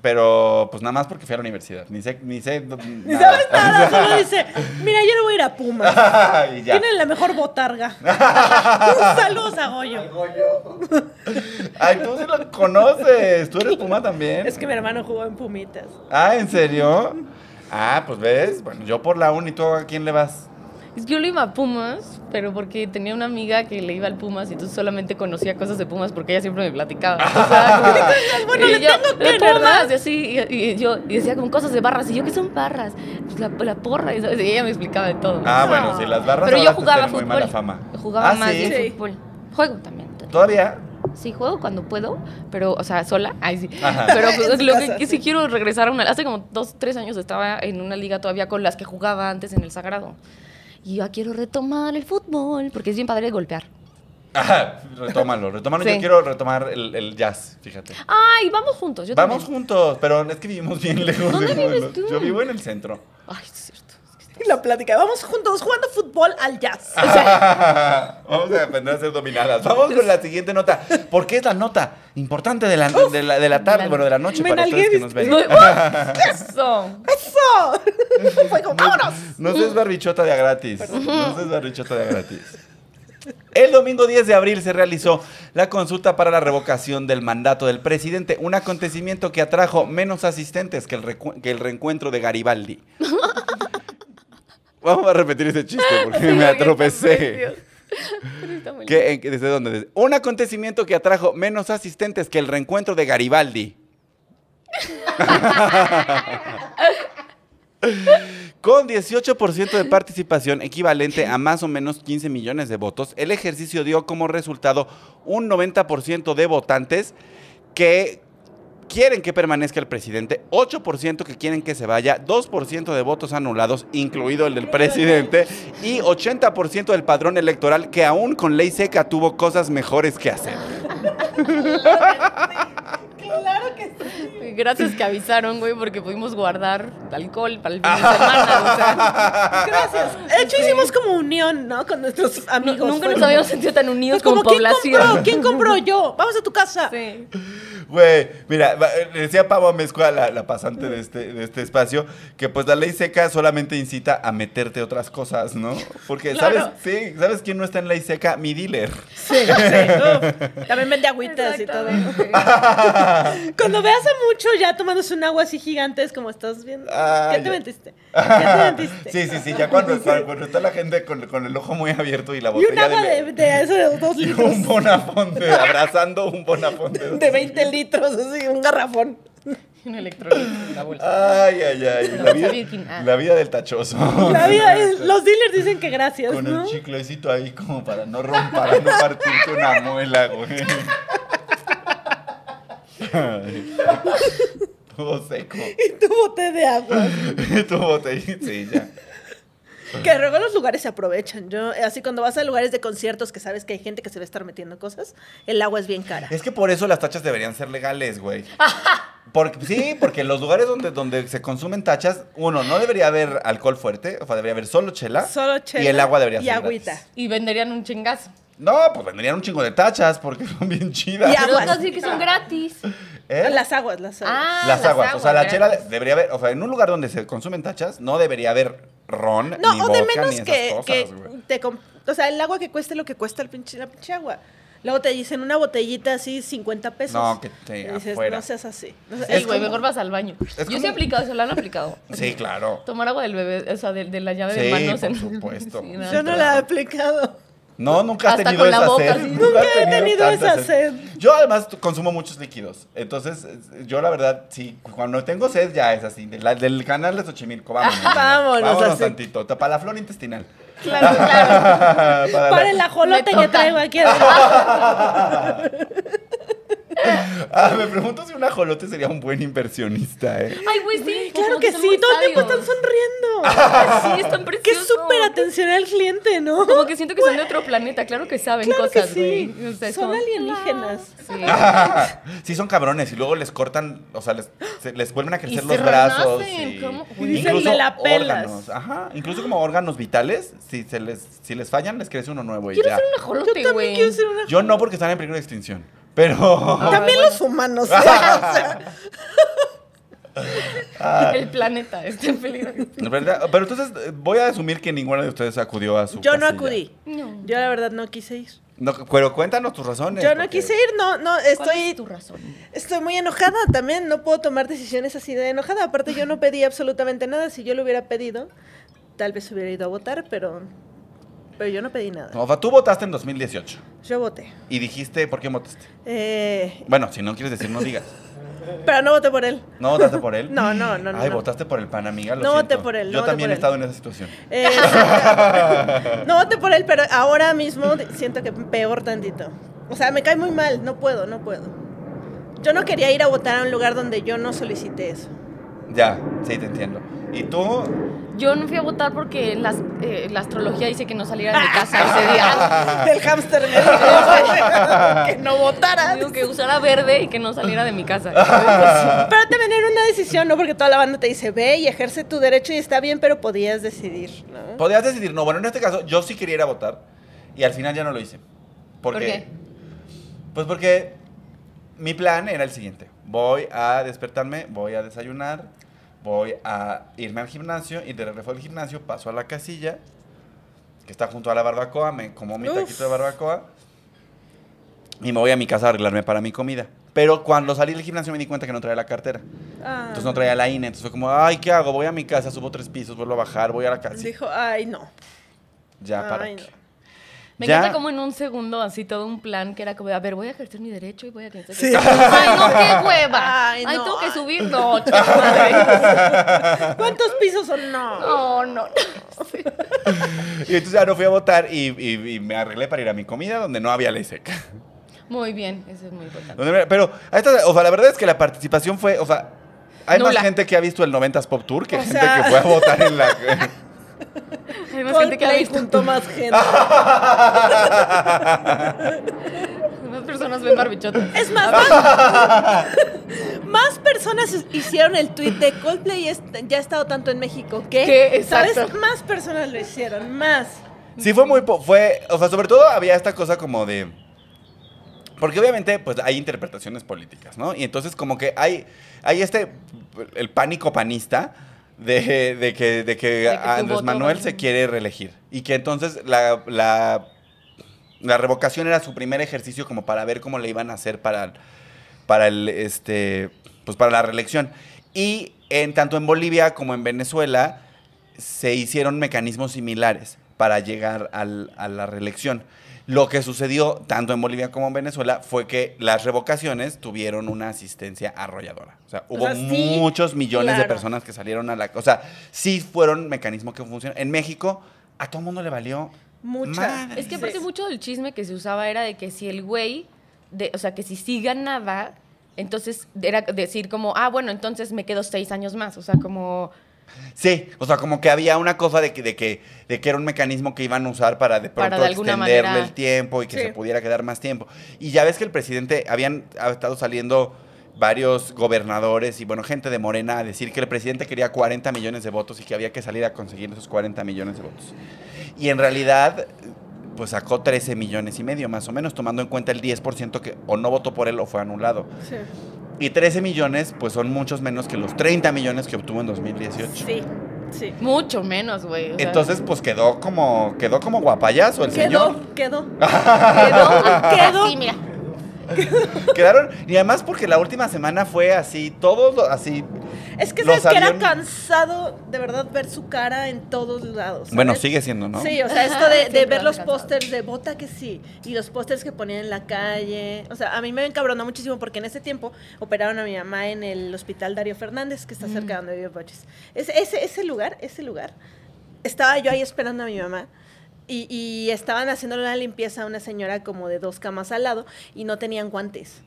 pero pues nada más porque fui a la universidad. Ni sé, ni sé. *laughs* Ni sabes *laughs* nada, solo dice, mira, yo no voy a ir a Pumas. y *laughs* ya. Tienen la mejor botarga. Un saludo a Goyo. *laughs* Ay, tú sí lo conoces. Tú eres Puma también. Es que mi hermano jugó en Pumitas. Ah, ¿en serio? Ah, pues ves. Bueno, yo por la uni, ¿tú a quién le vas? *laughs* Es que Yo le iba a Pumas, pero porque tenía una amiga que le iba al Pumas y entonces solamente conocía cosas de Pumas porque ella siempre me *laughs* platicaba. O sea, Ah, como- Bueno, y le tengo que, "De Pumas", ¿verdad? Y así, y, y yo y decía como cosas de barras. Y yo, ¿qué son barras? Pues la, la porra. Y, ¿sabes? Y ella me explicaba de todo. Ah, No. bueno, sí, las barras Pero yo ahora te jugaba tienen fútbol. muy mala fama. Jugaba Ah, más ¿sí? bien Sí. fútbol. Juego también. Todavía. Sí, juego cuando puedo, pero, o sea, sola. Ay, sí. Ajá. Pero pues, *laughs* En tu lo casa, que, que sí quiero regresar a una. Hace como dos, tres años estaba en una liga todavía con las que jugaba antes en el Sagrado. Y yo ah, quiero retomar el fútbol, porque es bien padre golpear. Ajá, retómalo, retómalo. Yo Sí. quiero retomar el, el jazz, fíjate. Ay, vamos juntos. Yo Vamos también. juntos, pero es que vivimos bien lejos. ¿Dónde del uno del vives otro. tú? Yo vivo en el centro. Ay, es *laughs* cierto. Es que está- Y la plática, vamos juntos jugando fútbol al jazz. *laughs* Vamos a aprender a ser dominadas. Vamos con la siguiente nota. Porque es la nota importante de la, de la, de la tarde, La- bueno, de la noche Me para ustedes que nalgué, nos ven. No, *laughs* ¡ah! Eso. ¡Eso! *laughs* Fue como, vámonos. No seas barbichota de a gratis. No seas barbichota de a gratis. El domingo 10 de abril se realizó la consulta para la revocación del mandato del presidente, un acontecimiento que atrajo menos asistentes que el, recu- que el reencuentro de Garibaldi. Vamos a repetir ese chiste porque me atropecé. ¿Qué- en- ¿Desde dónde? Desde- Un acontecimiento que atrajo menos asistentes que el reencuentro de Garibaldi. Con 18% de participación, equivalente a más o menos 15 millones de votos, el ejercicio dio como resultado un 90% de votantes que quieren que permanezca el presidente, 8% que quieren que se vaya, 2% de votos anulados, incluido el del presidente, y 80% del padrón electoral que aún con ley seca tuvo cosas mejores que hacer. Claro que sí. Gracias que avisaron, güey, porque pudimos guardar alcohol *laughs* para el fin de semana. o sea, Gracias. De hecho, hicimos como unión, ¿no? Con nuestros nu- amigos. nunca Fue nos como- habíamos sentido tan unidos Fue como, como, ¿quién población. compró? ¿Quién compró yo? Vamos a tu casa. Sí. Güey, mira, va- eh, le decía Pavo Amezcua, la, la pasante de este, de este espacio, que pues la ley seca solamente incita a meterte otras cosas, ¿no? *laughs* Porque, ¿sabes? Claro. Sí, ¿sabes quién no está en ley seca? Mi dealer. *laughs* Sí, sí, uf. También vende agüitas y todo. Exactamente. Cuando veas a mucho ya tomándose un agua así gigante, es como estás viendo. Ah, ¿Qué te ya. metiste? ¿Qué te *laughs* *laughs* metiste? sí, sí, sí, ya cuando, cuando está la gente con, con el ojo muy abierto y la Y un botella agua de, le- de esos de *laughs* dos y litros. un *laughs* bonafonte, abrazando un bonafonte. De 20 litros, así, un garrafón. Un electrolito en la bolsa. Ay, ay, ay. La vida, Virgin, ah. la vida del tachoso. La vida es- los dealers dicen que gracias, *laughs* Con ¿no? el chiclecito ahí como para no romper, para no partirte una muela, güey. Ay. Todo seco. *laughs* Y tu bote de agua. *laughs* tu botellita, sí, ya. Que luego los lugares se aprovechan. Yo, así cuando vas a lugares de conciertos que sabes que hay gente que se va a estar metiendo cosas, el agua es bien cara. Es que por eso las tachas deberían ser legales, güey. Porque, sí, porque en los lugares donde, donde se consumen tachas, uno, no debería haber alcohol fuerte, o sea, debería haber solo chela. Solo chela Y el agua debería y ser agüita. gratis. Y venderían un chingazo. No, pues vendrían un chingo de tachas porque *laughs* son bien chidas. Y Pero aguas. vas a decir que son gratis. ¿Eh? Las aguas, las aguas. Ah, las aguas. O sea, la gratis. chela de- debería haber, o sea, en un lugar donde se consumen tachas, no debería haber ron, No, ni o vodka, de menos ni esas que, cosas, que güey. te comp- o sea, el agua que cueste lo que cuesta el pinche, la pinche agua. Luego te dicen una botellita así 50 pesos. No, que te- Y dices, afuera. no seas así. No sé, Sí, es güey, como- mejor vas al baño. Yo sí como- he aplicado, se lo han aplicado. Sí, claro. Tomar agua del bebé, o sea, de, de la llave Sí, de manos. por supuesto. Sí, nada. Yo no la he aplicado. *laughs* No, nunca has Hasta tenido con la esa boca, sed. sí. has Nunca he tenido tanta esa sed. Yo además t- consumo muchos líquidos. Entonces, es- yo la verdad, sí, cuando tengo sed ya es así. de la- del canal de *laughs* Xochimilco, vámonos. Vámonos, Vámonos así. tantito. Para la flor intestinal. Claro, claro. Para la- Para el ajolote Me que toca. traigo *laughs* aquí. adentro. Ah, me pregunto si un ajolote sería un buen inversionista, ¿eh? Ay, güey, sí. claro como que son sí, muy todo el tiempo están sabios. *laughs* sonriendo. Sí, están *laughs* Qué preciosos. súper atención al cliente, ¿no? Como que siento que son de otro planeta. Claro que saben *laughs* Claro que cosas, sí. güey. O sea, es Son como- "Ah, alienígenas. Sí. *laughs* sí, son cabrones y luego les cortan, o sea, les, se- les vuelven a crecer se los brazos. renacen, y- ¿cómo? y Y dicen, "Me la pelas". órganos. Ajá, incluso como órganos vitales, si, se les, si les fallan, les crece uno nuevo y Quiero ya. ser un Yo ajolote, también güey. quiero ser una... Yo no porque están en peligro de extinción, pero... También bueno. los humanos. o sea, El planeta *laughs* está en peligro. *laughs* ¿Verdad? Pero entonces eh, voy a asumir que ninguno de ustedes acudió a su yo no casilla. acudí. No. Yo la verdad no quise ir. No, pero cuéntanos tus razones. Yo no porque- quise ir, no, no, ¿Cuál estoy es tu razón? Estoy muy enojada también, no puedo tomar decisiones así de enojada. Aparte, yo no pedí absolutamente nada. Si yo lo hubiera pedido, tal vez hubiera ido a votar, pero, pero yo no pedí nada. No, o sea, tú votaste en 2018 Yo voté. y dijiste por qué votaste. Eh, Bueno, si no quieres decir, no digas. pero no voté por él. ¿No votaste por él? *laughs* No, no, no, no, Ay, no. votaste por el pan, amiga. Lo No siento. voté por él, no Yo voté también por he él. estado en esa situación. Eh, *laughs* sí, Este, no voté por él, pero ahora mismo siento que peor tantito. O sea, me cae muy mal, no puedo, no puedo. Yo no quería ir a votar a un lugar donde yo no *laughs* solicité eso. Ya, sí, te entiendo. ¿Y tú? Yo no fui a votar porque las- eh, la astrología dice que no saliera de mi casa ese día. Del hámster me dijo *laughs* que no votara. Digo que usara verde y que no saliera de mi *laughs* casa. *laughs* Pero también era una decisión, ¿no? Porque toda la banda te dice, ve y ejerce tu derecho y está bien, pero podías decidir, ¿no? Podrías decidir, no, bueno, en este caso yo sí quería ir a votar y al final ya no lo hice. ¿Por Porque, qué? Pues porque mi plan era el siguiente. Voy a despertarme, voy a desayunar, voy a irme al gimnasio y de regreso al gimnasio paso a la casilla que está junto a la barbacoa, me como mi Uf. taquito de barbacoa y me voy a mi casa a arreglarme para mi comida. Pero cuando salí del gimnasio me di cuenta que no traía la cartera. Ah. Entonces no traía la INE. Entonces fue como, ay, ¿qué hago? Voy a mi casa, subo tres pisos, vuelvo a bajar, voy a la casa. Ah, Dijo, ay, no. Ya, para Ay, qué. no. Me Ya. encanta como en un segundo así todo un plan que era como, a ver, voy a ejercer mi derecho y voy a ejercer... Sí. *laughs* Ay, no, qué hueva. Ay, Ay, no. tengo que subir. No, chica madre. ¿Cuántos pisos son? *laughs* No. No, no. *laughs* Sí. Y entonces ya no fui a votar y, y- y me arreglé para ir a mi comida donde no había ley seca. *laughs* Muy bien, eso es muy importante. Donde no había- Pero, a esta- o sea, la verdad es que la participación fue, o sea, hay Nula. más gente que ha visto el 90s Pop Tour que O gente sea- que fue a votar en la... Hay más gente que ha Coldplay visto. juntó más gente. *laughs* *laughs* Más personas ven barbichotas. Es más, más, más personas hicieron el tweet de Coldplay es- ya ha estado tanto en México que, Que, ¿sabes? exacto. Más personas lo hicieron, más. sí fue muy... po- fue O sea, sobre todo había esta cosa como de... Porque obviamente, pues hay interpretaciones políticas, ¿no? Y entonces, como que hay, hay este, el pánico panista de, de que, de que tu Andrés voto Manuel vale. se quiere reelegir. Y que entonces la, la, la revocación era su primer ejercicio como para ver cómo le iban a hacer para, para el, este, pues para la reelección. Y en tanto en Bolivia como en Venezuela se hicieron mecanismos similares para llegar al- a la reelección. Lo que sucedió tanto en Bolivia como en Venezuela fue que las revocaciones tuvieron una asistencia arrolladora. O sea, hubo sea, sí, muchos millones de claro. personas que salieron a la... O sea, sí fueron mecanismos que funcionaron. En México a todo mundo le valió... Mucha. Madre. Es que aparte Sí. mucho del chisme que se usaba era de que si el güey, de, o sea, que si sí ganaba, entonces era decir como, ah, bueno, entonces me quedo seis años más. O sea, como, Sí, o sea, como que había una cosa de que, de que, de que era un mecanismo que iban a usar para de Para pronto de alguna extenderle manera- el tiempo y que Sí. se pudiera quedar más tiempo. Y ya ves que el presidente, habían ha estado saliendo varios gobernadores y bueno, gente de Morena a decir que el presidente quería 40 millones de votos y que había que salir a conseguir esos 40 millones de votos. Y en realidad, pues sacó 13 millones y medio más o menos, tomando en cuenta el 10% que o no votó por él o fue anulado. Sí. Y 13 millones, pues son muchos menos que los 30 millones que obtuvo en 2018. Sí. Sí. mucho menos, güey. o sea, Entonces, pues quedó como, quedó como guapayazo el señor. Ah, Quedó, quedó. *laughs* quedó, Quedó. así, mira. Quedaron, y además porque la última semana fue así, todo lo- así. Es que Los sabes que era aviones- cansado de verdad ver su cara en todos lados. ¿sabes? Bueno, sigue siendo, ¿no? Sí, o sea, esto de, de *laughs* Siempre ver han los cansado. pósters de bota que sí y los pósters que ponían en la calle. O sea, a mí me encabronó muchísimo porque en ese tiempo operaron a mi mamá en el hospital Darío Fernández, que está Mm. cerca de donde vive Boches. Ese, ese, ese lugar, ese lugar. Estaba yo ahí esperando a mi mamá. Y, y estaban haciéndole una limpieza a una señora como de dos camas al lado y no tenían guantes.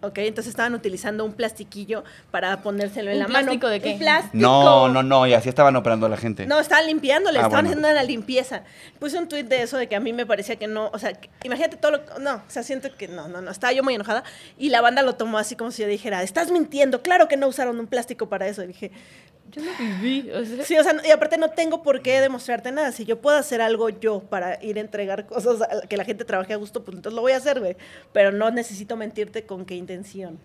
¿Ok? Entonces estaban utilizando un plastiquillo para ponérselo en ¿Un la plástico mano. de qué? Un plástico. No, no, no, y así estaban operando a la gente. No, estaban limpiándole, Ah, estaban bueno. haciendo la limpieza. Puse un tuit de eso de que a mí me parecía que no, o sea, que- imagínate todo lo no, o sea, siento que no, no, no, estaba yo muy enojada y la banda lo tomó así como si yo dijera, "Estás mintiendo, claro que no usaron un plástico para eso." Y dije, Yo no viví, o sea, "Sí, o sea, no- y aparte no tengo por qué demostrarte nada, si yo puedo hacer algo yo para ir a entregar cosas a- que la gente trabaje a gusto, pues entonces lo voy a hacer, güey, pero no necesito mentirte con qué intención."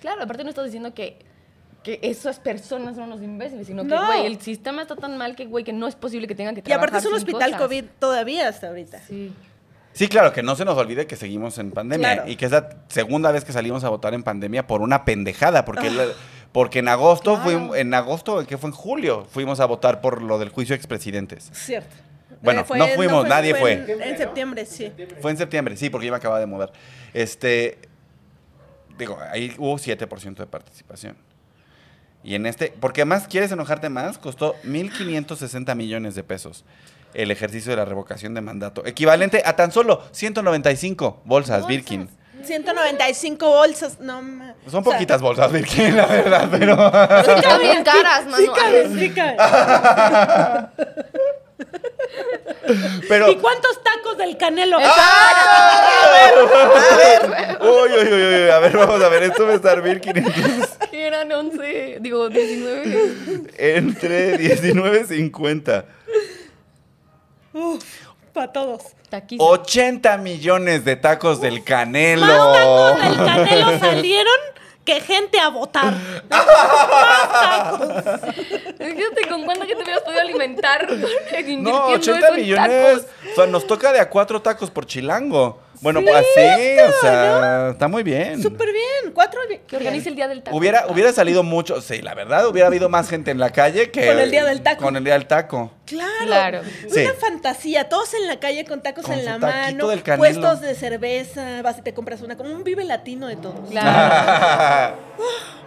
Claro, aparte no estás diciendo que, que esas personas son unos imbéciles, sino que, No. güey, el sistema está tan mal que, güey, que no es posible que tengan que Y trabajar aparte es un sin hospital cosas. COVID todavía hasta ahorita. Sí. *laughs* Sí, claro, que no se nos olvide que seguimos en pandemia Claro. y que es la segunda vez que salimos a votar en pandemia por una pendejada, Ah. porque, la- porque en agosto, Claro. fuimos- en agosto, que fue en julio, fuimos a votar por lo del juicio de expresidentes. Cierto. Eh, Bueno, no fuimos, nadie en- fue. en septiembre, sí. Fue en septiembre, sí, porque yo me acababa de mudar. Este, digo, ahí hubo 7% de participación. Y en este, porque además, ¿quieres enojarte más? Costó 1.560 millones de pesos el ejercicio de la revocación de mandato, equivalente a tan solo 195 bolsas, Birkin. 195 bolsas, no ma- Son o sea, poquitas bolsas, Birkin, la verdad, *laughs* pero... Sí, están bien caras, Sí Manu. cabe, sí cabe. *laughs* pero ¿Y cuántos tacos del canelo? *laughs* uy, uy, uy, uy, a ver, vamos a ver, esto va a estar Birkin entonces. Que eran 11, digo, 19. *laughs* entre 19.50. *laughs* Para todos. Taquísimo. 80 millones de tacos del canelo. Más tacos del canelo salieron que gente a votar. Ah. Más tacos. Fíjate con cuánta gente hubieras podido alimentar *laughs* con- *laughs* invirtiendo No, eso 80 en millones. tacos. O sea, nos toca de a cuatro tacos por chilango. Bueno, pues así, o sea, está muy bien. Súper bien, cuatro. bien. Que organice el día del taco. Hubiera, hubiera salido mucho, sí, la verdad, hubiera habido más gente en la calle que... Con el día del taco. Con el día del taco. Claro. Claro. Sí. Una fantasía, todos en la calle con tacos Con en su la taquito mano, del Canelo. puestos de cerveza, vas y te compras una, como un vive latino de todos. Claro. *laughs*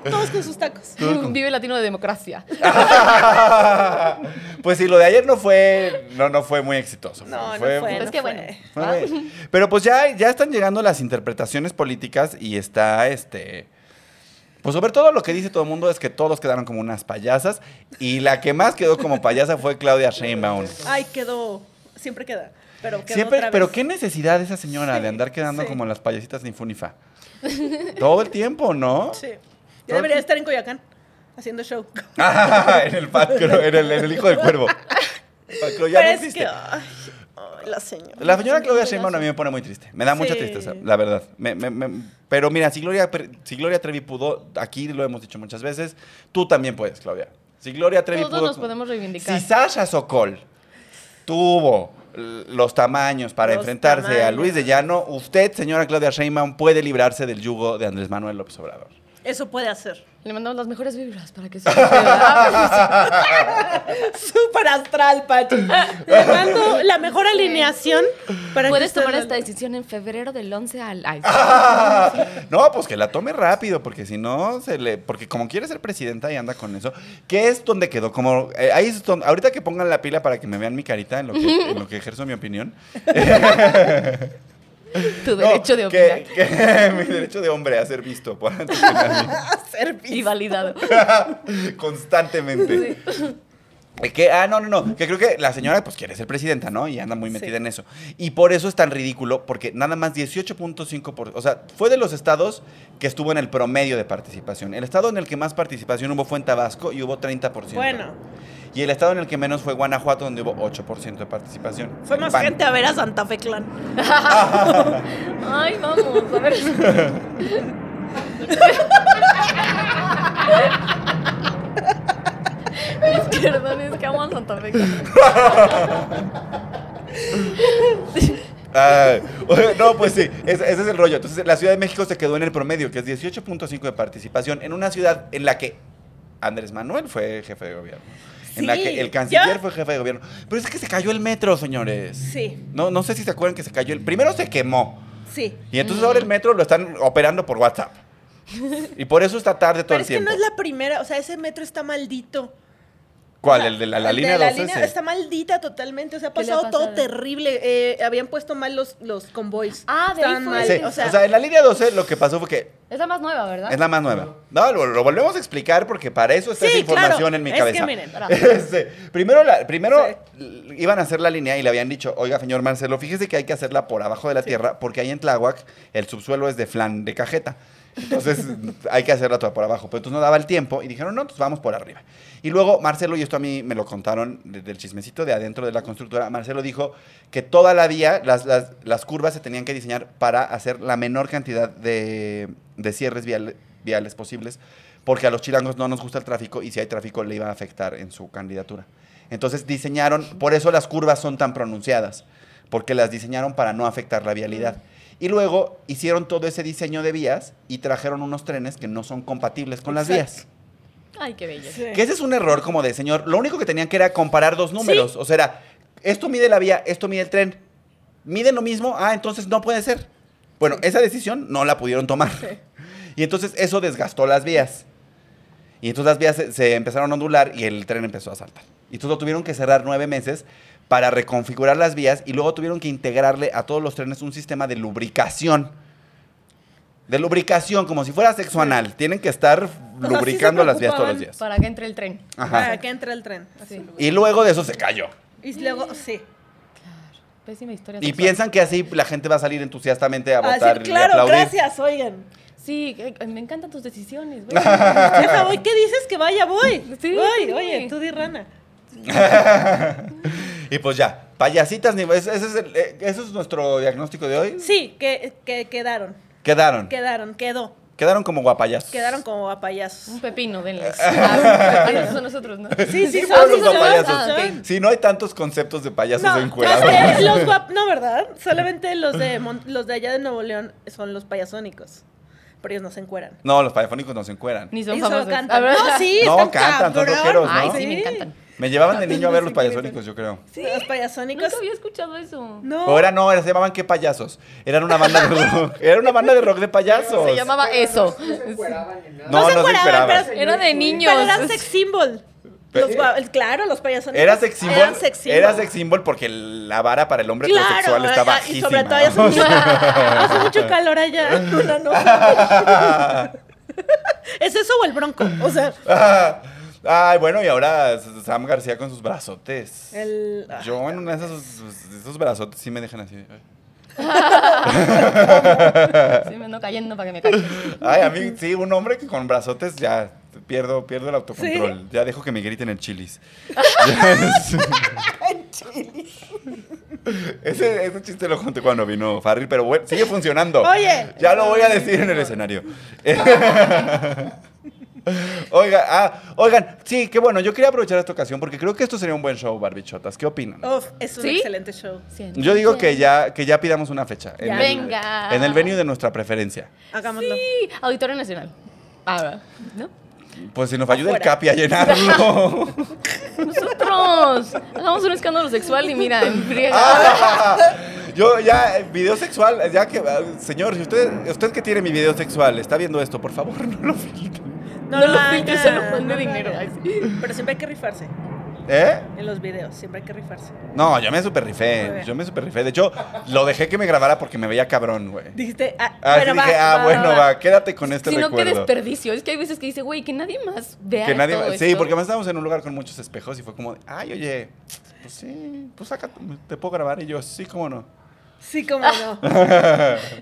Todos con sus tacos. Vive latino de democracia. pues sí, lo de ayer no fue, no, no fue muy exitoso. No, no Fue- fue. Pues no qué fue. bueno. Fue- Pero pues ya, ya están llegando las interpretaciones políticas y está este. Pues sobre todo lo que dice todo el mundo es que todos quedaron como unas payasas y la que más quedó como payasa fue Claudia Sheinbaum. Ay, *laughs* quedó. Siempre queda. Pero quedó Siempre, otra vez. pero qué necesidad de esa señora de andar quedando sí. como las payasitas de *laughs* Infunifa. todo el tiempo, ¿no? *laughs* Sí. Yo debería estar en Coyoacán haciendo *laughs* show. *laughs* en el Pat Cro- en el, en el hijo del cuervo. Pat Cro ya Pero no es existe. que, ay, ay, la señora. La señora Claudia Sheinbaum a mí me pone muy triste. Me da mucha Sí. tristeza, la verdad. Me- me- me- pero mira, si Gloria, Pre- si Gloria Trevi pudo, aquí lo hemos dicho muchas veces, tú también puedes, Claudia. Si Gloria Trevi Todos pudo... nos podemos reivindicar. Si Sasha Sokol tuvo l- los tamaños para Los enfrentarse a tamaños. Luis de Llano, usted, señora Claudia Sheinbaum, puede librarse del yugo de Andrés Manuel López Obrador. Eso puede hacer. Le mandamos las mejores vibras para que *laughs* se suceda. *laughs* Súper astral, *laughs* Pachi. Le mando la mejor alineación para que Puedes usted tomar lo- esta decisión en febrero del 11 al *laughs* ay, No, pues que la tome rápido, porque si no se le. Porque como quiere ser presidenta y anda con eso, que es donde quedó? Como. eh, ahí es donde- ahorita que pongan la pila para que me vean mi carita en lo que, en lo que ejerzo mi opinión. Tu No, derecho de que- opinar. que- *laughs* mi derecho de hombre a ser visto por antes que nadie. *laughs* Hacer pis. Y validado. *laughs* Constantemente. Eh, Que, ah, no, no, no. Que creo que la señora pues quiere ser presidenta, ¿no? Y anda muy metida Sí. en eso. Y por eso es tan ridículo, porque nada más 18.5%. por- O sea, fue de los estados que estuvo en el promedio de participación. El estado en el que más participación hubo fue en Tabasco y hubo 30%. Bueno, Y el estado en el que menos fue Guanajuato, donde hubo 8% de participación. fue más Pan. gente a ver a Santa Fe Clan. Ay, vamos, a ver. Perdón, es que amo a Santa Fe. Ah, *laughs* no, pues sí, ese, ese es el rollo. Entonces, la Ciudad de México se quedó en el promedio, que es 18.5 de participación, en una ciudad en la que Andrés Manuel fue jefe de gobierno. En la Sí, que el canciller ¿ya? fue jefe de gobierno. Pero es que se cayó el metro, señores. Sí. No, no sé si se acuerdan que se cayó el. Primero se quemó. Sí. Y entonces ahora el metro lo están operando por *laughs* WhatsApp. Y por eso está tarde todo Pero el es que tiempo. no es la primera, o sea, ese metro está maldito. ¿Cuál? ¿El de la, la El de línea la 12? línea está maldita totalmente, o sea, ha ¿Qué le ha pasado todo pasado? terrible. eh, habían puesto mal los, los convoys. Ah, de ahí Estaban fue. mal. Sí, O sea, en la línea 12 lo que pasó fue que Es la más nueva, ¿verdad? Es la más nueva. No, lo, lo volvemos a explicar porque para eso está Sí, esa información claro. en mi Es que cabeza. miren, *laughs* Este, primero la- primero l- iban a hacer la línea y le habían dicho, oiga, señor Marcelo, fíjese que hay que hacerla por abajo de la tierra porque ahí en Tláhuac el subsuelo es de flan de cajeta. Entonces *laughs* hay que hacerla toda por abajo. Pero entonces no daba el tiempo y dijeron, no, pues vamos por arriba. Y luego Marcelo, y esto a mí me lo contaron de- del chismecito de adentro de la constructora, Marcelo dijo que toda la vía, las, las- las curvas se tenían que diseñar para hacer la menor cantidad de, de cierres vial- viales posibles, porque a los chilangos no nos gusta el tráfico y si hay tráfico le iba a afectar en su candidatura. Entonces diseñaron, por eso las curvas son tan pronunciadas, porque las diseñaron para no afectar la vialidad. Y luego hicieron todo ese diseño de vías y trajeron unos trenes que no son compatibles con las Exacto. vías. Ay, qué bello. sí. Que ese es un error como de señor. Lo único que tenían que era comparar dos números. O sea, era, esto mide la vía, esto mide el tren. Miden lo mismo, ah, entonces no puede ser. Bueno, esa decisión no la pudieron tomar. *laughs* Y entonces eso desgastó las vías. Y entonces las vías se, se empezaron a ondular y el tren empezó a saltar. Y entonces lo tuvieron que cerrar nueve meses para reconfigurar las vías y luego tuvieron que integrarle a todos los trenes un sistema de lubricación. De lubricación, como si fuera sexo anal. Tienen que estar se lubricando las vías todos los preocupaban días. Para que entre el tren. Ajá. para que entre el tren. a su Sí. lugar. Y luego de eso se cayó. Y luego, sí. Pésima historia. Y sexual. piensan que así la gente va a salir entusiastamente a A votar decir, y a claro, aplaudir. gracias, oigan. Sí, que- me encantan tus *laughs* decisiones. güey. Ya voy, ¿qué dices? Que vaya, voy. Sí, voy, sí. oye, tú di rana. *laughs* Y pues ya, payasitas, ni- ese ese es, el- eh, eso es nuestro diagnóstico de hoy. Sí, que, que quedaron. Quedaron. Quedaron, quedó. Quedaron como guapayas. Quedaron como a payasos. Un *laughs* pepino, denles. Ah, ah, no son nosotros, ¿no? Sí, sí, Sí, son, fueron sí, los son. guapayasos. Ah, ok. Sí, no hay tantos conceptos de payasos No, encuerados. ya sé, los guap- no, ¿verdad? Solamente los de, Mon- los de allá de Nuevo León son los payasónicos. Pero ellos no se encueran. No, los payafónicos no se encueran. Ni son Ellos solo famosos. cantan. Ah, No, sí, No, están cantan, son cabrón. rockeros, ¿no? Ay, sí, me encantan. Me llevaban de niño a ver los payasónicos, yo creo. Los payasónicos. Nunca había escuchado eso. No. O era, no, era- se llamaban qué payasos. Eran una banda de rock. *laughs* Era una banda de rock de payasos. Se llamaba Pues, eso. No, No se no se encueraban, esperaban. pero Era de niños. Pero eran sex symbol. Pero- Los gua- el- claro, los payasónicos. Era sex symbol. Eran sex symbol. Era sex symbol porque la vara para el hombre heterosexual Claro, está allá- bajísima. y sobre todo hace mucho, hace mucho calor allá. *laughs* No, no. ¿Es eso o el bronco? O sea, Ay, bueno, y ahora Sam García con sus brazotes. el. ah, Yo en una de esas, de esos brazotes sí me dejan así. Sí, me ando cayendo para que me cachen. Ay, a mí sí, un hombre que con brazotes ya pierdo, pierdo el autocontrol. Sí. Ya dejo que me griten el *laughs* chilis. ese, ese chiste lo conté cuando vino Farril, pero bueno, sigue funcionando. Oye. Ya lo voy a decir en el escenario. *laughs* Oiga, ah, oigan, sí, qué bueno. Yo quería aprovechar esta ocasión porque creo que esto sería un buen show, Barbichotas. ¿Qué opinan? ah, Uf, es un ¿Sí? excelente show. Yo digo que ya, que ya pidamos una fecha. En Ya. el- Venga. En el venue de nuestra preferencia. Hagámoslo. Sí, Auditorio Nacional. Ahora, ¿no? Pues si nos ayuda el Afuera. Capi a llenarlo. *laughs* *laughs* Nosotros hagamos un escándalo sexual y mira, en friega. Ah, Yo ya, eh, video sexual, ya que, ah, señor, si usted, usted que tiene mi video sexual, está viendo esto, por favor, *laughs* no lo filtre. no, lo filtres, se lo mande dinero. Ay, sí. Pero siempre hay que rifarse ¿Eh? en los videos, siempre hay que rifarse. No, yo me super Muy rifé, bien. yo me super rifé. De hecho, lo dejé que me grabara porque me veía cabrón, güey. Dijiste, ah, Ah, sí bueno, va, dije, ah, va, bueno, va, va, va. quédate con este si no, qué recuerdo. desperdicio. Es que hay veces que dice, güey, que nadie más vea. que nadie, todo sí, esto. porque además estábamos en un lugar con muchos espejos y fue como, de, ay, oye, pues sí, pues saca, te puedo grabar. Y yo, sí, cómo no. Sí, como *laughs* no.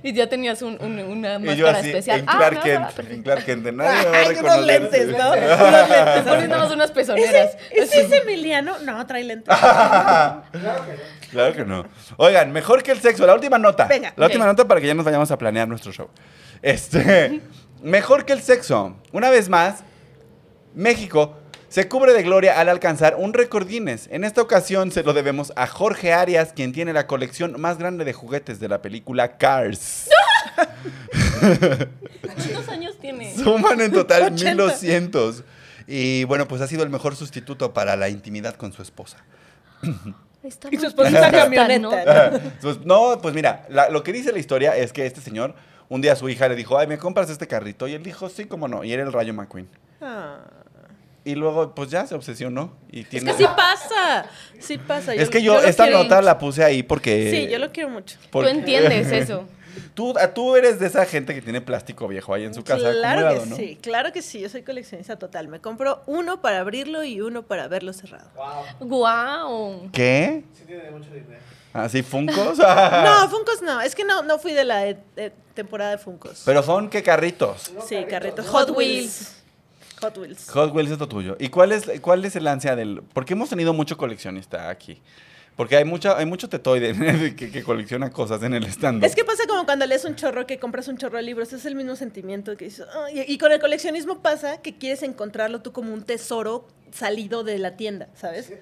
Y ya tenías un, un- una Y yo máscara así, especial. en Ah, Clark ah, Kent, ah, perfecto. en Clark Kent, de *laughs* nadie me va a Ay, unos reconocer. *laughs* lentes, ¿no? Unos Te lentes. pones nada más unas pezoneras. *laughs* ¿Ese, ¿Ese es Así. Emiliano? No, *laughs* trae lentes. Claro que no. Oigan, mejor que el sexo. La última nota. Venga. La última Ok. nota para que ya nos vayamos a planear nuestro show. Este. *laughs* Mejor que el sexo. Una vez más, México se cubre de gloria al alcanzar un récord Guinness. En esta ocasión se lo debemos a Jorge Arias, quien tiene la colección más grande de juguetes de la película Cars. ¿Cuántos años tiene? Suman en total 80. 1200. Y bueno, pues ha sido el mejor sustituto para la intimidad con su *laughs* esposa. Está *laughs* Y su muy esposa es padre una esta camioneta. nota. Pues, no, pues mira, la- lo que dice la historia es que este señor, un día su hija le dijo, ay, ¿me compras este carrito? Y él dijo, sí, cómo no. Y era el Rayo McQueen. Ah. Y luego, pues ya se obsesionó. Y Es tiene... que sí pasa. Sí pasa. Es que yo, lo esta quiero nota mucho. la puse ahí porque... Sí, yo lo quiero mucho. porque- *laughs* Tú entiendes eso. Tú, a- tú eres de esa gente que tiene plástico viejo ahí en su casa. Claro acumulado, que ¿no? sí, claro que sí. Yo soy coleccionista total. Me compro uno para abrirlo y uno para verlo cerrado. Guau. ¿Qué? Sí tiene mucho dinero. ¿Ah, sí? *laughs* ¿Funcos? No, Funcos no. Es que no, no fui de la eh, eh, temporada de Funcos. Pero son, ¿qué carritos? sí, carritos. Hot Hot Wheels. Hot Wheels. Hot Wheels es lo tuyo. ¿Y cuál es, cuál es el ansia del...? Porque hemos tenido mucho coleccionista aquí. Porque hay, mucha, hay mucho tetoide *laughs* que, que colecciona cosas en el stand Es que pasa como cuando lees un chorro que compras un chorro de libros, es el mismo sentimiento que dices. "Ah", y, y con el coleccionismo pasa que quieres encontrarlo tú como un tesoro salido de la tienda, ¿sabes?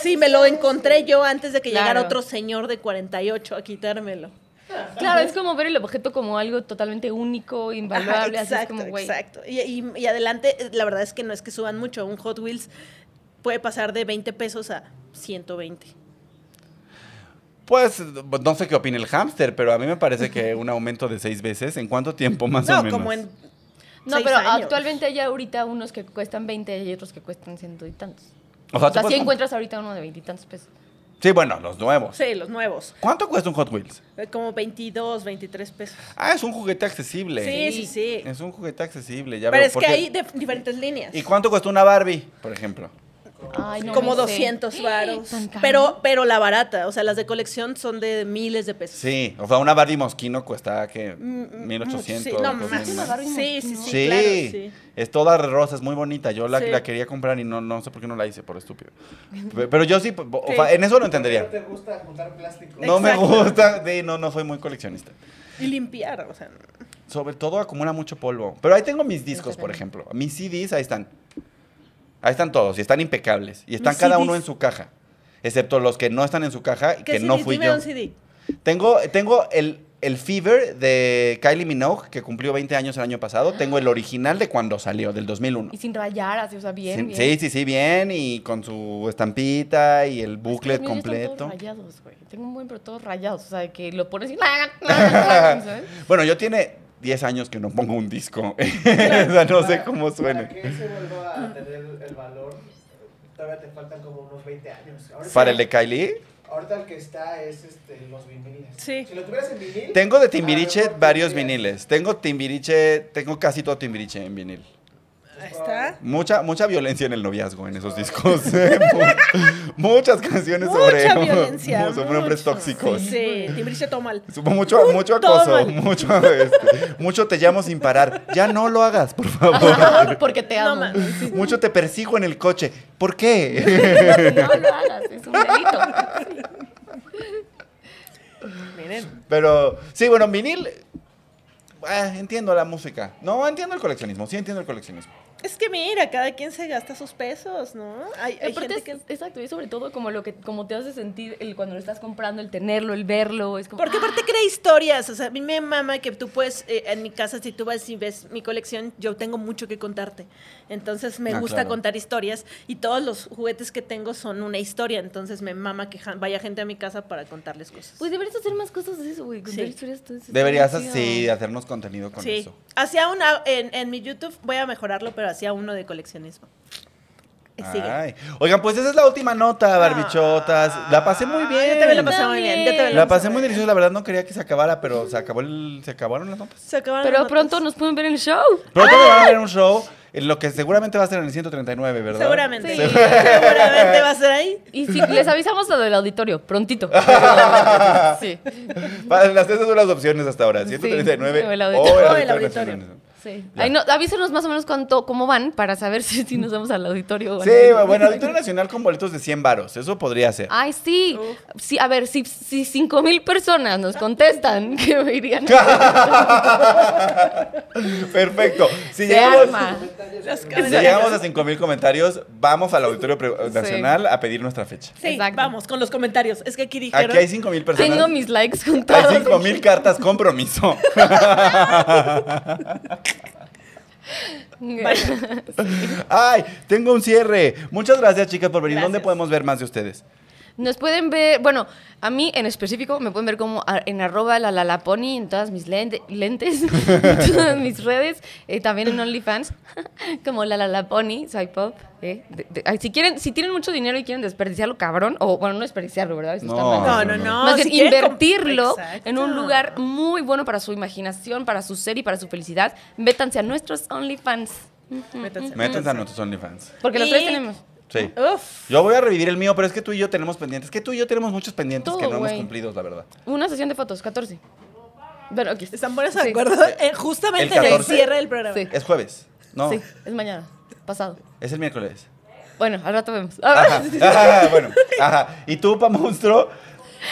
Sí, me lo encontré yo antes de que llegara Claro. otro señor de 48 a quitármelo. Claro, es como ver el objeto como algo totalmente único, Ajá, invaluable. así es exacto, como, güey. exacto. Y, y- y adelante, eh, la verdad es que no es que suban mucho. Un Hot Wheels puede pasar de 20 pesos a 120. Pues no sé qué opina el hámster, pero a mí me parece que un aumento de seis veces, ¿en cuánto tiempo más o no, menos? como en. No, seis pero años. actualmente hay ahorita unos que cuestan 20 y otros que cuestan ciento y tantos. O sea, O sea, tú si puedes- encuentras ahorita uno de 20 y tantos pesos. Sí, bueno, los nuevos. Sí, los nuevos. ¿Cuánto cuesta un Hot Wheels? eh, Como 22, 23 pesos. Ah, es un juguete accesible. Sí, sí, sí. Es un juguete accesible, ya Pero veo, es que porque- hay de- diferentes líneas. ¿Y cuánto cuesta una Barbie, por ejemplo? Ay, no como lo sé. 200 varos. Tan caro. Pero, pero la barata, o sea, las de colección son de miles de pesos. Sí, o sea, una Barbie mosquino cuesta que Mm, mm, 1800. sí, no, 2000, más. Una ¿no? Barbie Sí, sí, sí, mosquino. Sí, claro, sí. es toda de rosa, es muy bonita. Yo la, Sí. la quería comprar y no, no sé por qué no la hice, por estúpido. Pe- Pero yo sí, o sea, en eso lo entendería. te gusta juntar plástico? No me Exacto. gusta, sí, no, no soy muy coleccionista. Y limpiar, o sea. Sobre todo acumula mucho polvo. Pero ahí tengo mis discos, por ejemplo. Mis CDs, ahí están. Ahí están todos y están impecables. Y están Mis cada CDs. uno en su caja. Excepto los que no están en su caja y ¿Qué que no CD? fui Dime yo. un CD. Tengo, tengo el, el Fever de Kylie Minogue, que cumplió 20 años el año pasado. Tengo el original de cuando salió, del 2001. Y sin rayar, así, o sea, bien, sí, bien. sí, sí, sí, bien. Y con su estampita y el Los booklet míos ya están completo. todos rayados, güey. Tengo un buen, pero todos rayados. O sea, que lo pones y... ¿sabes? *laughs* Bueno, yo tiene 10 años que no pongo un disco. *laughs* o sea, no sé *laughs* cómo Para suena. que se vuelva a tener el valor, todavía te faltan como unos 20 años. Ahorita, Para el de Kylie. ahorita el que está es este, los viniles. Sí. Si lo tuvieras en vinil. Tengo de a lo Timbiriche mejor varios tendrías- viniles. Tengo Timbiriche, tengo casi todo Timbiriche en vinil. Ahí está. *laughs* ¿Neta? Mucha, mucha violencia en el noviazgo en esos discos. *laughs* Mu- Muchas canciones sobre, *laughs* Mucha violencia. sobre mucho. hombres tóxicos. Sí, sí. Timbiriche Tomal. Supo- Mucho, Uy, mucho todo acoso, mal. mucho, este, mucho te llamo sin parar. Ya no lo hagas, por favor. Porque te No amo. *laughs* mames. Mucho te persigo en el coche. ¿Por qué? *laughs* No lo hagas, es un delito. Miren. Pero sí, bueno, vinil. ah, entiendo la música. No, entiendo el coleccionismo. Sí, entiendo el coleccionismo. Es que mira, cada quien se gasta sus pesos, ¿no? Hay, hay Aparte gente es- que... exacto, y sobre todo como lo que como te hace sentir el cuando lo estás comprando, el tenerlo, el verlo, es como Porque aparte crea historias, o sea, a mí me mama que tú puedes, eh, en mi casa, si tú vas y ves mi colección, yo tengo mucho que contarte. Entonces me Ah, gusta claro. contar historias y todos los juguetes que tengo son una historia, entonces me mama que ja- vaya gente a mi casa para contarles cosas. Pues deberías hacer más cosas de eso, güey. Contar Sí. historias todo eso. Deberías Está bien así chido. hacernos contenido con sí, eso. hacía una, en, en mi YouTube voy a mejorarlo, pero hacía uno de coleccionismo. Eh, Sigue. Ay. Oigan, pues esa es la última nota, barbichotas. La pasé muy Ah, bien. Yo también la pasé muy bien. yo también La pasé pasé muy deliciosa, la verdad no quería que se acabara, pero se acabó el- se acabaron las notas. Se acabaron Pero las pronto notas. nos pueden ver en el show. Pronto me ¡Ah! van a ver un show, en lo que seguramente va a ser en el 139, ¿verdad? *laughs* Seguramente. Sí. Seguramente va a ser ahí. *laughs* Y si les avisamos lo del auditorio, *laughs* prontito. sí. Vale, Las esas son las opciones hasta ahora, 139 Sí, o o el el auditorio. auditorio. O el auditorio. nacional. Sí. Ya. Ay, no, avísenos más o menos cuánto, cómo van para saber *laughs* si, si nos vamos al auditorio. o Sí, al- bueno, *laughs* auditorio nacional con boletos de 100 varos, eso podría ser. Ay, sí. sí. A ver, si, si 5 mil personas nos contestan, *laughs* que me irían. *laughs* Perfecto. Si Ah, Se llegamos, arma. *laughs* si llegamos a 5000 comentarios, vamos al auditorio pre- Sí. nacional a pedir nuestra fecha. Sí, Exacto. vamos, con los comentarios. Es que aquí dijeron... Aquí hay 5000 personas. Tengo mis likes Hay juntados. 5000 cartas compromiso. *laughs* *laughs* Ay, tengo un cierre. Muchas gracias, chicas, por venir. ¿Dónde Gracias. podemos ver más de ustedes? Nos pueden ver, bueno, a mí en específico me pueden ver como a- en arroba la lalaponi en todas mis lente- lentes, *laughs* en todas mis redes, eh, también en OnlyFans, *laughs* como la lalaponi, soy pop. eh, de- de- ay, si quieren, si tienen mucho dinero y quieren desperdiciarlo, cabrón, o bueno, no desperdiciarlo, ¿verdad? Eso está No. mal. No, no, no. Más bien si quieren comp- invertirlo Exacto. en un lugar mm, muy bueno para su imaginación, para su ser y para su felicidad. Métanse a nuestros OnlyFans. mm, Métanse. Métanse a nuestros OnlyFans. Porque los Y- tres tenemos. Sí. Uf. Yo voy a revivir el mío, pero es que tú y yo tenemos pendientes. Que tú y yo tenemos muchos pendientes Todo, que no hemos güey. cumplido, la verdad. Una sesión de fotos, 14. Bueno, aquí ¿Están buenos Sí. de acuerdo? Eh, justamente El en el 14. cierre del programa. Sí. Es jueves. No, Sí, es mañana, pasado. es el miércoles. Bueno, al rato vemos. *laughs* *laughs* Ajá. Ajá, bueno, ajá. ¿Y tú, pa monstruo?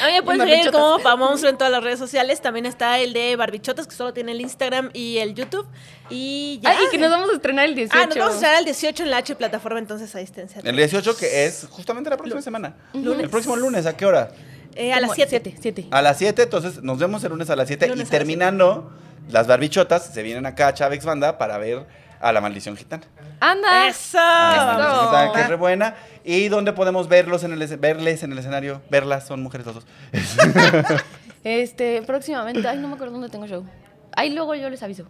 A mí me pueden Y seguir barbichotas. como Pa Monstruo en todas las redes sociales. También está el de Barbichotas, que solo tiene el Instagram y el YouTube. Y ya. Ah, y que nos vamos a estrenar el 18. Ah, nos vamos a llegar al 18 en la H plataforma, entonces ahí estén. cerca. El 18, que es justamente la próxima semana. El próximo lunes, ¿a qué hora? Eh, a las 7. 7. A las 7, entonces nos vemos el lunes a las 7. Lunes Y a las terminando, las barbichotas se vienen acá a Chávez Banda para ver a la maldición gitana. Anda. ¡Eso! La maldición gitana, que es re Va. buena. Y donde podemos verlos en el, es- verles en el escenario. Verlas, son mujeres los dos. *laughs* Este, próximamente. Ay, no me acuerdo dónde tengo show. Ahí luego yo les *laughs* aviso.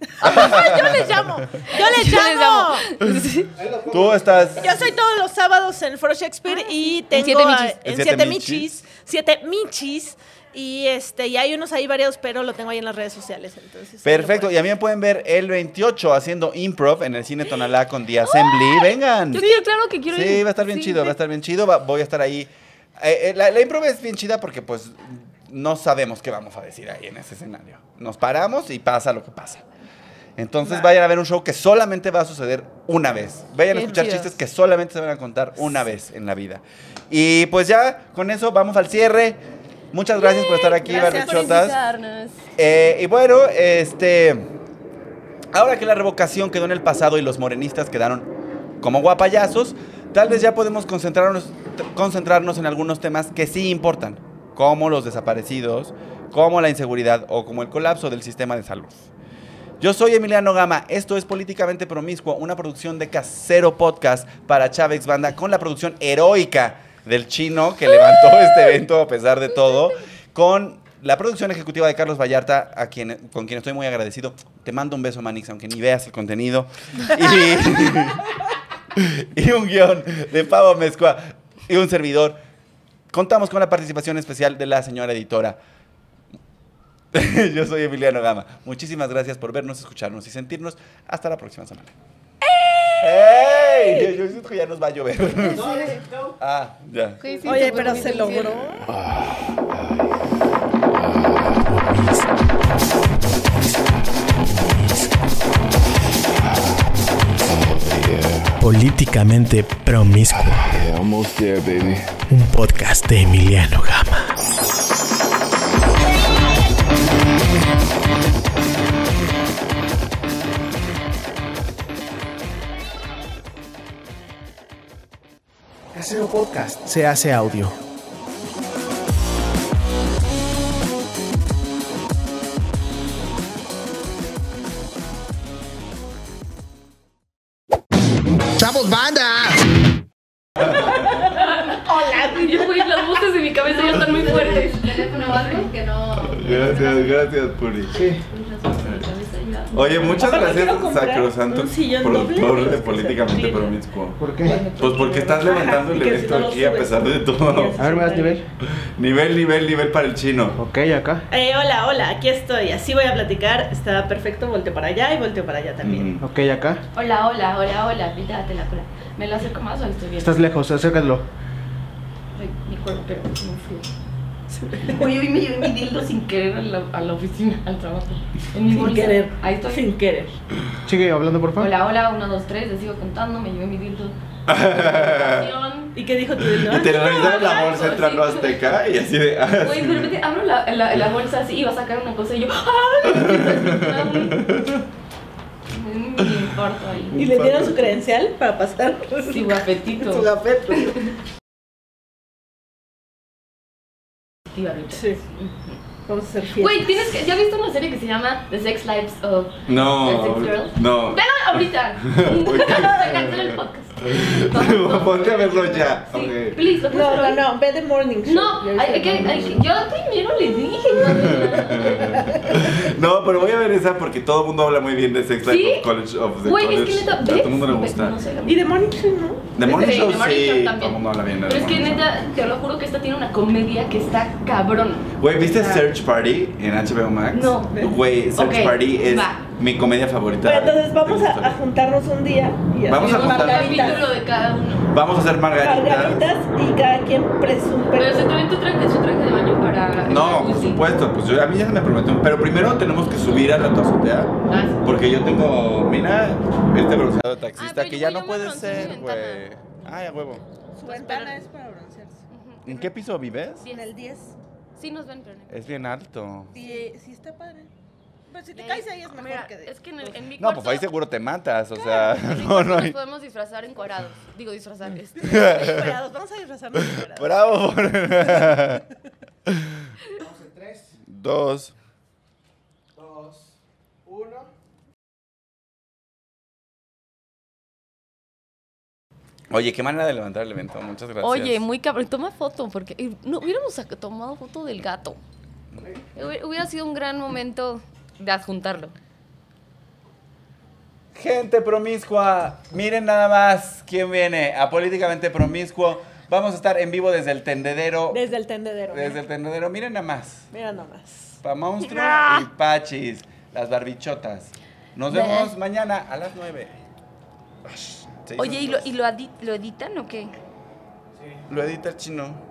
¡Yo les llamo! ¡Yo les Yo les llamo! *laughs* Tú estás. Yo soy todos los sábados en For Shakespeare y tengo siete a- michis. En en siete siete michis. michis, siete michis y este y hay unos ahí variados, pero lo tengo ahí en las redes sociales, entonces. Perfecto, y a mí me pueden ver el 28 haciendo improv en el cine Tonalá con The Assembly. Vengan. Yo quiero, claro que quiero ir. Sí, va a estar bien Sí, chido, sí. va a estar bien chido. va- voy a estar ahí. Eh, eh, la, la improv es bien chida porque, pues, no sabemos qué vamos a decir ahí en ese escenario. Nos paramos y pasa lo que pasa. Entonces, vayan a ver un show que solamente va a suceder una vez. Vayan a Qué escuchar chido. chistes que solamente se van a contar una vez en la vida. Y pues, ya con eso vamos al cierre. Muchas gracias por estar aquí, Gracias por barrichotas. invitarnos. Eh, y bueno, este. Ahora que la revocación quedó en el pasado y los morenistas quedaron como guapayazos, tal vez ya podemos concentrarnos, concentrarnos en algunos temas que sí importan, como los desaparecidos, como la inseguridad o como el colapso del sistema de salud. Yo soy Emiliano Gama, esto es Políticamente Promiscuo, una producción de Casero Podcast para Chávez Banda con la producción heroica del chino que levantó este evento a pesar de todo, con la producción ejecutiva de Carlos Vallarta, a quien, con quien estoy muy agradecido. Te mando un beso, Manix, aunque ni veas el contenido. Y, *laughs* y un guión de Pavo Mezcua y un servidor. Contamos con la participación especial de la señora editora. *laughs* Yo soy Emiliano Gama. Muchísimas gracias por vernos, escucharnos y sentirnos. Hasta la próxima semana. ¡Ey! Yo, yo siento que ya nos va a llover. *laughs* Ah, ya. Güey, sí, Oye, súper pero se difícil. logró. Políticamente promiscuo. Yeah, almost there, baby. Un podcast de Emiliano Gama. Casero Podcast. Se hace audio. Chavos banda. Yo, güey, las voces de mi cabeza ya están muy fuertes. ¿Teléfono o algo? Que no. Gracias, gracias, Puri. Oye, muchas Ojalá gracias, quiero comprar Sacrosanto, un sillón productor doble. de Políticamente Promiscuo. ¿Por qué? Pues porque estás levantando el Y que si evento no lo aquí a subes. pesar de todo. A ver, me das nivel. Nivel, nivel, nivel para el chino. Ok, acá. Eh, hola, hola, aquí estoy. Así voy a platicar. Está perfecto. Volteo para allá y volteo para allá también. Mm. Ok, acá. Hola, hola, hola, hola. Pítate la cola. ¿Me la acerco más o estoy bien? Estás lejos, acércalo. Ay, Mi cuerpo, pero muy frío. Oye, hoy me llevé mi dildo sin querer a la, a la oficina, al trabajo. En mi Sin bolsa. querer. Ahí estoy. Sin querer. Sigue hablando, por favor. Hola, hola, uno, dos, tres, les sigo contando, me llevé mi dildo. ¿Y qué dijo tu dildo? Y te no, revisaron la algo bolsa así. entrando Azteca y así de. ah, Güey, sí. de repente abro la, la, la bolsa así y va a sacar una cosa y yo. ¡Ay! Me infarto ahí. ¿Y le dieron su credencial para pasar? *laughs* Sí, guapetito. Su gafete. Sí, ahorita. Sí. Vamos a ser fieles. Güey, tienes que. ¿Ya viste una serie que se llama The Sex Lives of. No, The Sex Girls? *laughs* no. Vela ahorita. Se cancela el podcast. Ponte a verlo ya. Sí, ok. please, lo No, puedes ver no, no. Ve The Morning Show. No, Ya hay- hay que- viste hay que- yo primero le dije. ¿no? No, pero voy a ver esa porque todo el mundo habla muy bien de Sex Life ¿Sí? of College of the Güey, es College. que neta, a ¿ves? todo el mundo le Ve- gusta. no sé, la- el- Y The Morning Show, ¿no? The Morning Sí, Show The Morning Show sí, todo también. el mundo habla bien de Pero es The que Morning Show. neta, te lo juro que esta tiene una comedia que está cabrón. Güey, ¿viste Search Party en HBO Max? No. Güey, Search Ok, Party es va. mi comedia favorita. Pero entonces vamos de la a, a historia. juntarnos un día y Vamos a hacer Un juntar- capítulo margaritas. de cada uno. Vamos a hacer margaritas. Margaritas y cada quien Pero se presume. trae tu traje, su traje de baño para. No, por Sí. supuesto, pues yo, a mí ya se me prometió. Pero primero tenemos que subir a la tu azotea. Ah, sí. Porque yo tengo, mira, este bronceado de Ah, taxista pero que yo ya voy no a puede broncear mi ser, ventana. güey. Ay, a huevo. Su ventana es para broncearse. ¿En qué piso vives? En el 10. Sí, nos ven, pero no. Es bien alto. Sí, sí está padre. Pero si te caes ahí es mejor Mira, que *laughs* de... Es que en, el- en mi No, cuarto. pues ahí seguro te matas, o sea, *laughs* Claro, en mi no, cuarto no Nos hay. podemos disfrazar encuadrados. Digo, disfrazar. Este. Esperados, vamos a *laughs* disfrazarnos de esperados. Bravo. Dos. Oye, qué manera de levantar el evento. Muchas gracias. Oye, muy cabrón. Toma foto, porque eh, no hubiéramos sac- tomado foto del gato. Hubi- Hubiera sido un gran momento de adjuntarlo. Gente promiscua, miren nada más quién viene a Políticamente Promiscuo. Vamos a estar en vivo desde el tendedero. Desde el tendedero. Desde el tendedero, miren nada más. Mira nomás. Pa' monstruo y Pachis, las barbichotas. Nos vemos mañana a las 9. Oye, ¿y lo, y lo, adi- lo editan o qué? pues, Lo edita el chino.